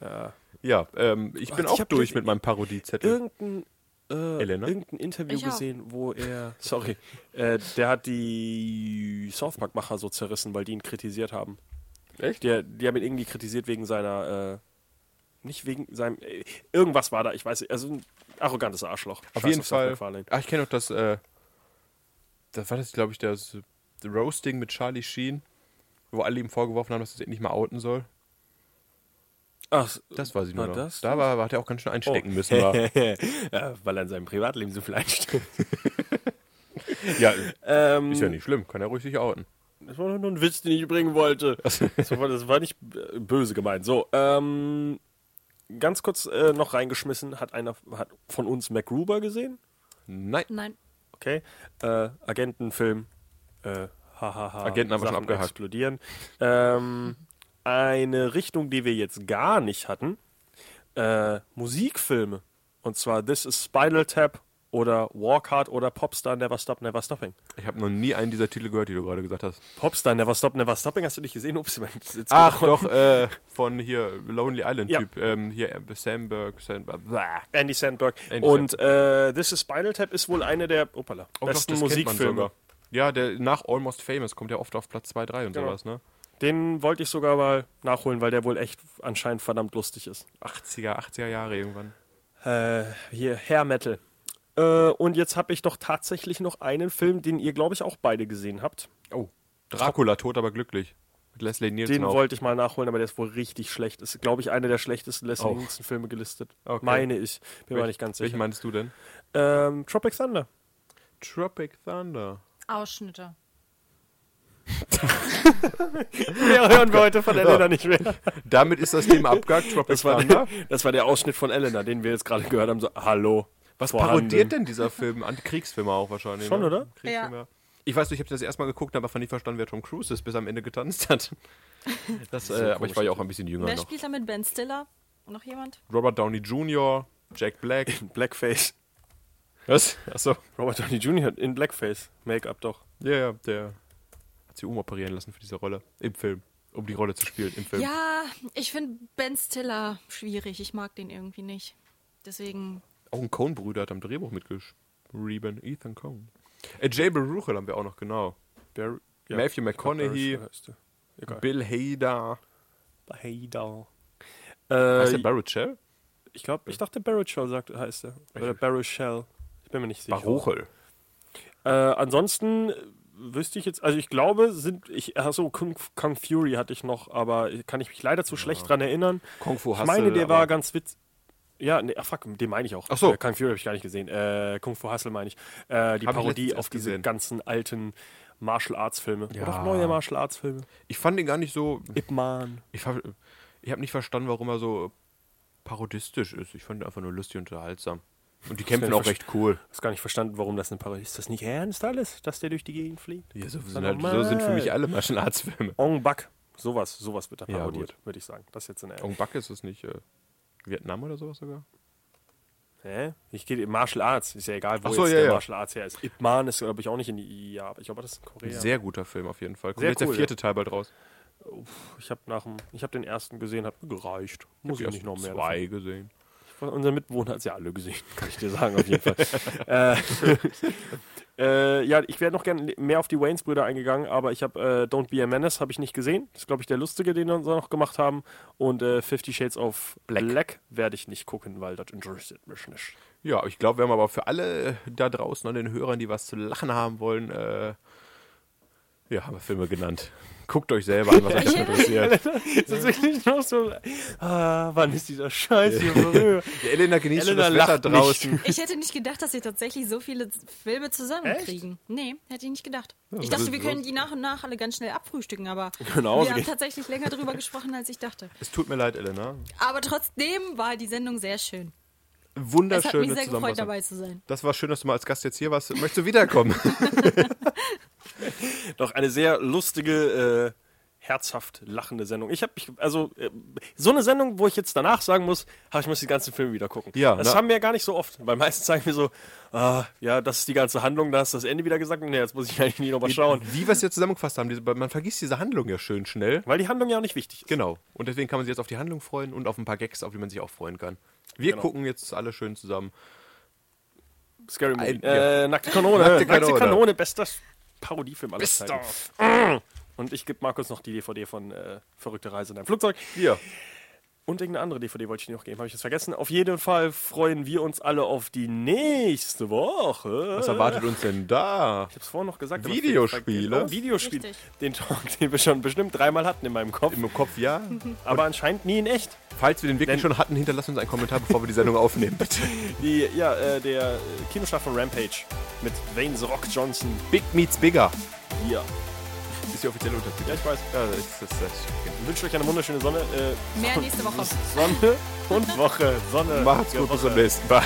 aber. Ja, ähm, ich bin
ich
auch
hab
durch
das-
mit meinem Parodiezettel.
irgendein, äh,
Elena?
irgendein Interview
Ich auch.
gesehen, wo er, sorry, äh, der hat die South Park-Macher so zerrissen, weil die ihn kritisiert haben.
Echt?
Der, die haben ihn irgendwie kritisiert wegen seiner, äh, nicht wegen seinem, äh, irgendwas war da, ich weiß nicht, also ein arrogantes Arschloch.
Auf
Scheiß
jeden
Seth
Fall.
MacFarlane.
Ach, ich kenne doch das. Äh, das war das, glaube ich, das Roasting mit Charlie Sheen, wo alle ihm vorgeworfen haben, dass er sich nicht mal outen soll.
Ach,
Das weiß ich nur
war
noch.
das?
Da war, hat er auch ganz schön einstecken
Oh.
müssen. War.
ja, weil er in seinem Privatleben so viel einstellt.
ja,
Ähm,
ist ja nicht schlimm, kann er ruhig sich outen.
Das war doch nur ein Witz, den ich bringen wollte. Das war, das war nicht äh, böse gemeint. So, ähm, ganz kurz äh, noch reingeschmissen. Hat einer hat von uns MacGruber gesehen?
Nein.
Nein.
Okay. Äh, Agentenfilm. Äh, hahaha.
Agenten haben wir schon
Sachen
abgehakt.
Explodieren. Ähm, eine Richtung, die wir jetzt gar nicht hatten. Äh, Musikfilme. Und zwar This is Spinal Tap oder Walk Hard oder Popstar Never Stop Never Stopping.
Ich habe noch nie einen dieser Titel gehört, die du gerade gesagt hast.
Popstar Never Stop Never Stopping hast du nicht gesehen? Ups, mein Sitz-
Ach doch, äh, von hier Lonely Island
Ja.
Typ. Ähm, hier äh, Sandberg, Sandberg. blah.
Andy Sandberg.
Andy
und äh, This is Spinal Tap ist wohl eine der opala,
Oh,
besten
doch, das kennt man
Musikfilme.
sogar. Ja, der nach Almost Famous kommt ja oft auf Platz 2, 3 und
Genau.
sowas, ne?
Den wollte ich sogar mal nachholen, weil der wohl echt anscheinend verdammt lustig ist.
80er, 80er Jahre irgendwann.
Äh, hier, Hair Metal. Äh, und jetzt habe ich doch tatsächlich noch einen Film, den ihr, glaube ich, auch beide gesehen habt.
Oh. Dracula, tot aber glücklich. Mit Leslie Nielsen
Den
auch.
wollte ich mal nachholen, aber der ist wohl richtig schlecht. Ist, glaube ich, einer der schlechtesten Leslie
Auch.
Nielsen-Filme gelistet.
Okay.
Meine ich. Oh. Bin mir
Wel-
nicht ganz
Welchen
sicher.
meinst du denn?
Ähm, Tropic Thunder.
Tropic Thunder.
Ausschnitte.
Mehr hören wir heute von Elena nicht mehr.
Damit ist das Thema abgehakt, Tropic
Das war,
Thunder.
der, das war der Ausschnitt von Elena, den wir jetzt gerade gehört haben. So, hallo.
Was
vorhanden.
parodiert denn dieser Film? Antikriegsfilme auch wahrscheinlich.
Schon,
ne?
oder?
Kriegsfilme,
Ja.
ja. Ich weiß, nicht, ich habe das erstmal geguckt, aber fand nicht verstanden, wer Tom Cruise ist, bis er am Ende getanzt hat. Das, äh, aber ich war ja auch ein bisschen jünger
Wer
noch.
spielt da mit? Ben Stiller? Noch jemand?
Robert Downey Jr., Jack Black.
Blackface.
Was? Achso.
Robert Downey Jr. hat in Blackface. Make-up doch.
Ja, ja, der hat sich umoperieren lassen für diese Rolle. Im Film. Um die Rolle zu spielen, im Film.
Ja, ich finde Ben Stiller schwierig. Ich mag den irgendwie nicht. Deswegen,
Auch ein Cohn-Bruder hat am Drehbuch mitgeschrieben. Ethan Cohn. Äh, Jay Baruchel haben wir auch noch, genau.
Barry,
Matthew McConaughey,
äh,
Bill Hader.
Haydal.
Heißt
Äh,
der Baruchel?
ich glaube, ich dachte Baruchel sagt, heißt er. Oder Baruchel. Ich bin mir nicht sicher.
Baruchel.
Äh, ansonsten äh, wüsste ich jetzt, also ich glaube, sind ich, achso, Kung, Kung Fury hatte ich noch, aber kann ich mich leider zu schlecht dran erinnern.
Kung Fu
ich
Hustle,
meine, der war
aber-
ganz witzig. Ja, nee, ach fuck, den meine ich auch.
Ach so.
Äh, Kung Fury habe ich gar nicht gesehen. Äh, Kung Fu Hustle meine ich. Äh, die
Hab ich letztens
Parodie
erst
auf diese
gesehen.
ganzen alten Martial Arts Filme.
Ja.
Oder auch neue Martial Arts Filme.
Ich fand ihn gar nicht so.
Ip Man.
Ich, ver- ich habe nicht verstanden, warum er so parodistisch ist. Ich fand ihn einfach nur lustig und unterhaltsam. Und die
Das
kämpfen
kann
auch
ich
recht cool.
Ich habe gar nicht verstanden, warum das eine Parodie ist. Ist das nicht ernst alles, dass der durch die Gegend fliegt?
Ja, so, sind
Dann
halt, so
normal.
sind für mich alle Martial Arts Filme.
Ong Bak. Sowas, sowas wird da
Ja,
parodiert, würde ich sagen. Das ist jetzt eine
Ong Bak ist es nicht äh, Vietnam oder sowas sogar?
Hä? Ich gehe in Martial Arts, ist ja egal, wo
Ach so,
jetzt
ja,
der
ja.
Martial Arts her ist. Ip Man ist, glaube ich, auch nicht in die ja, aber ich glaube, das ist in Korea.
Sehr guter Film auf jeden Fall. Kommt
Sehr
jetzt
cool,
der vierte Teil bald raus.
Ich habe nach dem, ich habe den ersten gesehen, hat mir gereicht. Muss ich,
hab die
nicht noch mehr.
ersten Zwei gesehen.
Davon. Unser Mitbewohner hat ja alle gesehen, kann ich dir sagen auf jeden Fall. äh, äh, ja, ich wäre noch gerne mehr auf die Waynes Brüder eingegangen, aber ich habe äh, Don't Be a Menace habe ich nicht gesehen. Das ist glaube ich der lustige, den wir uns noch gemacht haben und äh, Fifty Shades of Black, werde ich nicht gucken, weil das interessiert mich nicht.
Ja, ich glaube, wir haben aber für alle da draußen an den Hörern, die was zu lachen haben wollen, äh, ja, haben wir Filme genannt. Guckt euch selber an, was euch interessiert.
Ist das wirklich noch so? Ah, wann ist dieser Scheiß hier vorüber?
Die Elena genießt
Elena
schon das Wetter
lacht nicht.
draußen.
Ich hätte nicht gedacht, dass sie tatsächlich so viele Filme zusammenkriegen. Nee, hätte ich nicht gedacht. Ich dachte, wir können die nach und nach alle ganz schnell abfrühstücken, aber
Genau,
wir
sie-
haben tatsächlich länger drüber gesprochen, als ich dachte.
Es tut mir leid, Elena.
Aber trotzdem war die Sendung sehr schön. Es hat
Wunderschöne
mich sehr gefreut,
Zusammenfassung.
dabei zu sein.
Das war schön, dass du mal als Gast jetzt hier warst. Möchtest du wiederkommen?
Doch eine sehr lustige, äh, herzhaft lachende Sendung. Ich habe, also äh, so eine Sendung, wo ich jetzt danach sagen muss, ha, ich muss die ganzen Filme wieder gucken.
Ja,
das
na-
haben wir ja gar nicht so oft, weil meistens sagen wir so, ah, ja, das ist die ganze Handlung, da ist das Ende wieder gesagt, nee, jetzt muss ich eigentlich noch mal schauen,
Wie wir es jetzt zusammengefasst haben. Diese, man vergisst diese Handlung ja schön schnell.
weil die Handlung ja auch nicht wichtig ist.
Genau. Und deswegen kann man sich jetzt auf die Handlung freuen und auf ein paar Gags, auf die man sich auch freuen kann. Wir
Genau.
gucken jetzt alle schön zusammen.
Scary Movie.
Ein- ja.
äh, Nackte Kanone.
Nackte
Nackte Kanone.
Kanone.
bester Parodiefilm aller Zeiten. Mm. Und ich gebe Markus noch die DVD von äh, Verrückte Reise in einem Flugzeug.
Ja.
Und irgendeine andere DVD wollte ich dir noch geben, habe ich jetzt vergessen. Auf jeden Fall freuen wir uns alle auf die nächste Woche.
Was erwartet uns denn da?
Ich hab's vorhin noch gesagt. aber
Videospiele?
Oh, Videospiele.
Richtig.
Den Talk, den wir schon bestimmt dreimal hatten in meinem Kopf,
Im Kopf ja.
aber anscheinend nie in echt.
Falls wir den
Denn-
wirklich schon hatten, hinterlasst uns einen Kommentar, bevor wir die Sendung aufnehmen, bitte.
Die, ja, äh, der äh, Kinostart von Rampage mit Wayne The Rock Johnson.
Big Meets Bigger
Ja,
ist die offizielle Untertitel.
ja ich weiß.
Ja, das ist, das ist,
Ich wünsche euch eine wunderschöne Sonne. Äh,
Mehr nächste Woche.
Sonne und Woche. Sonne.
macht's
Ja,
gut, bis
Woche.
zum nächsten Mal.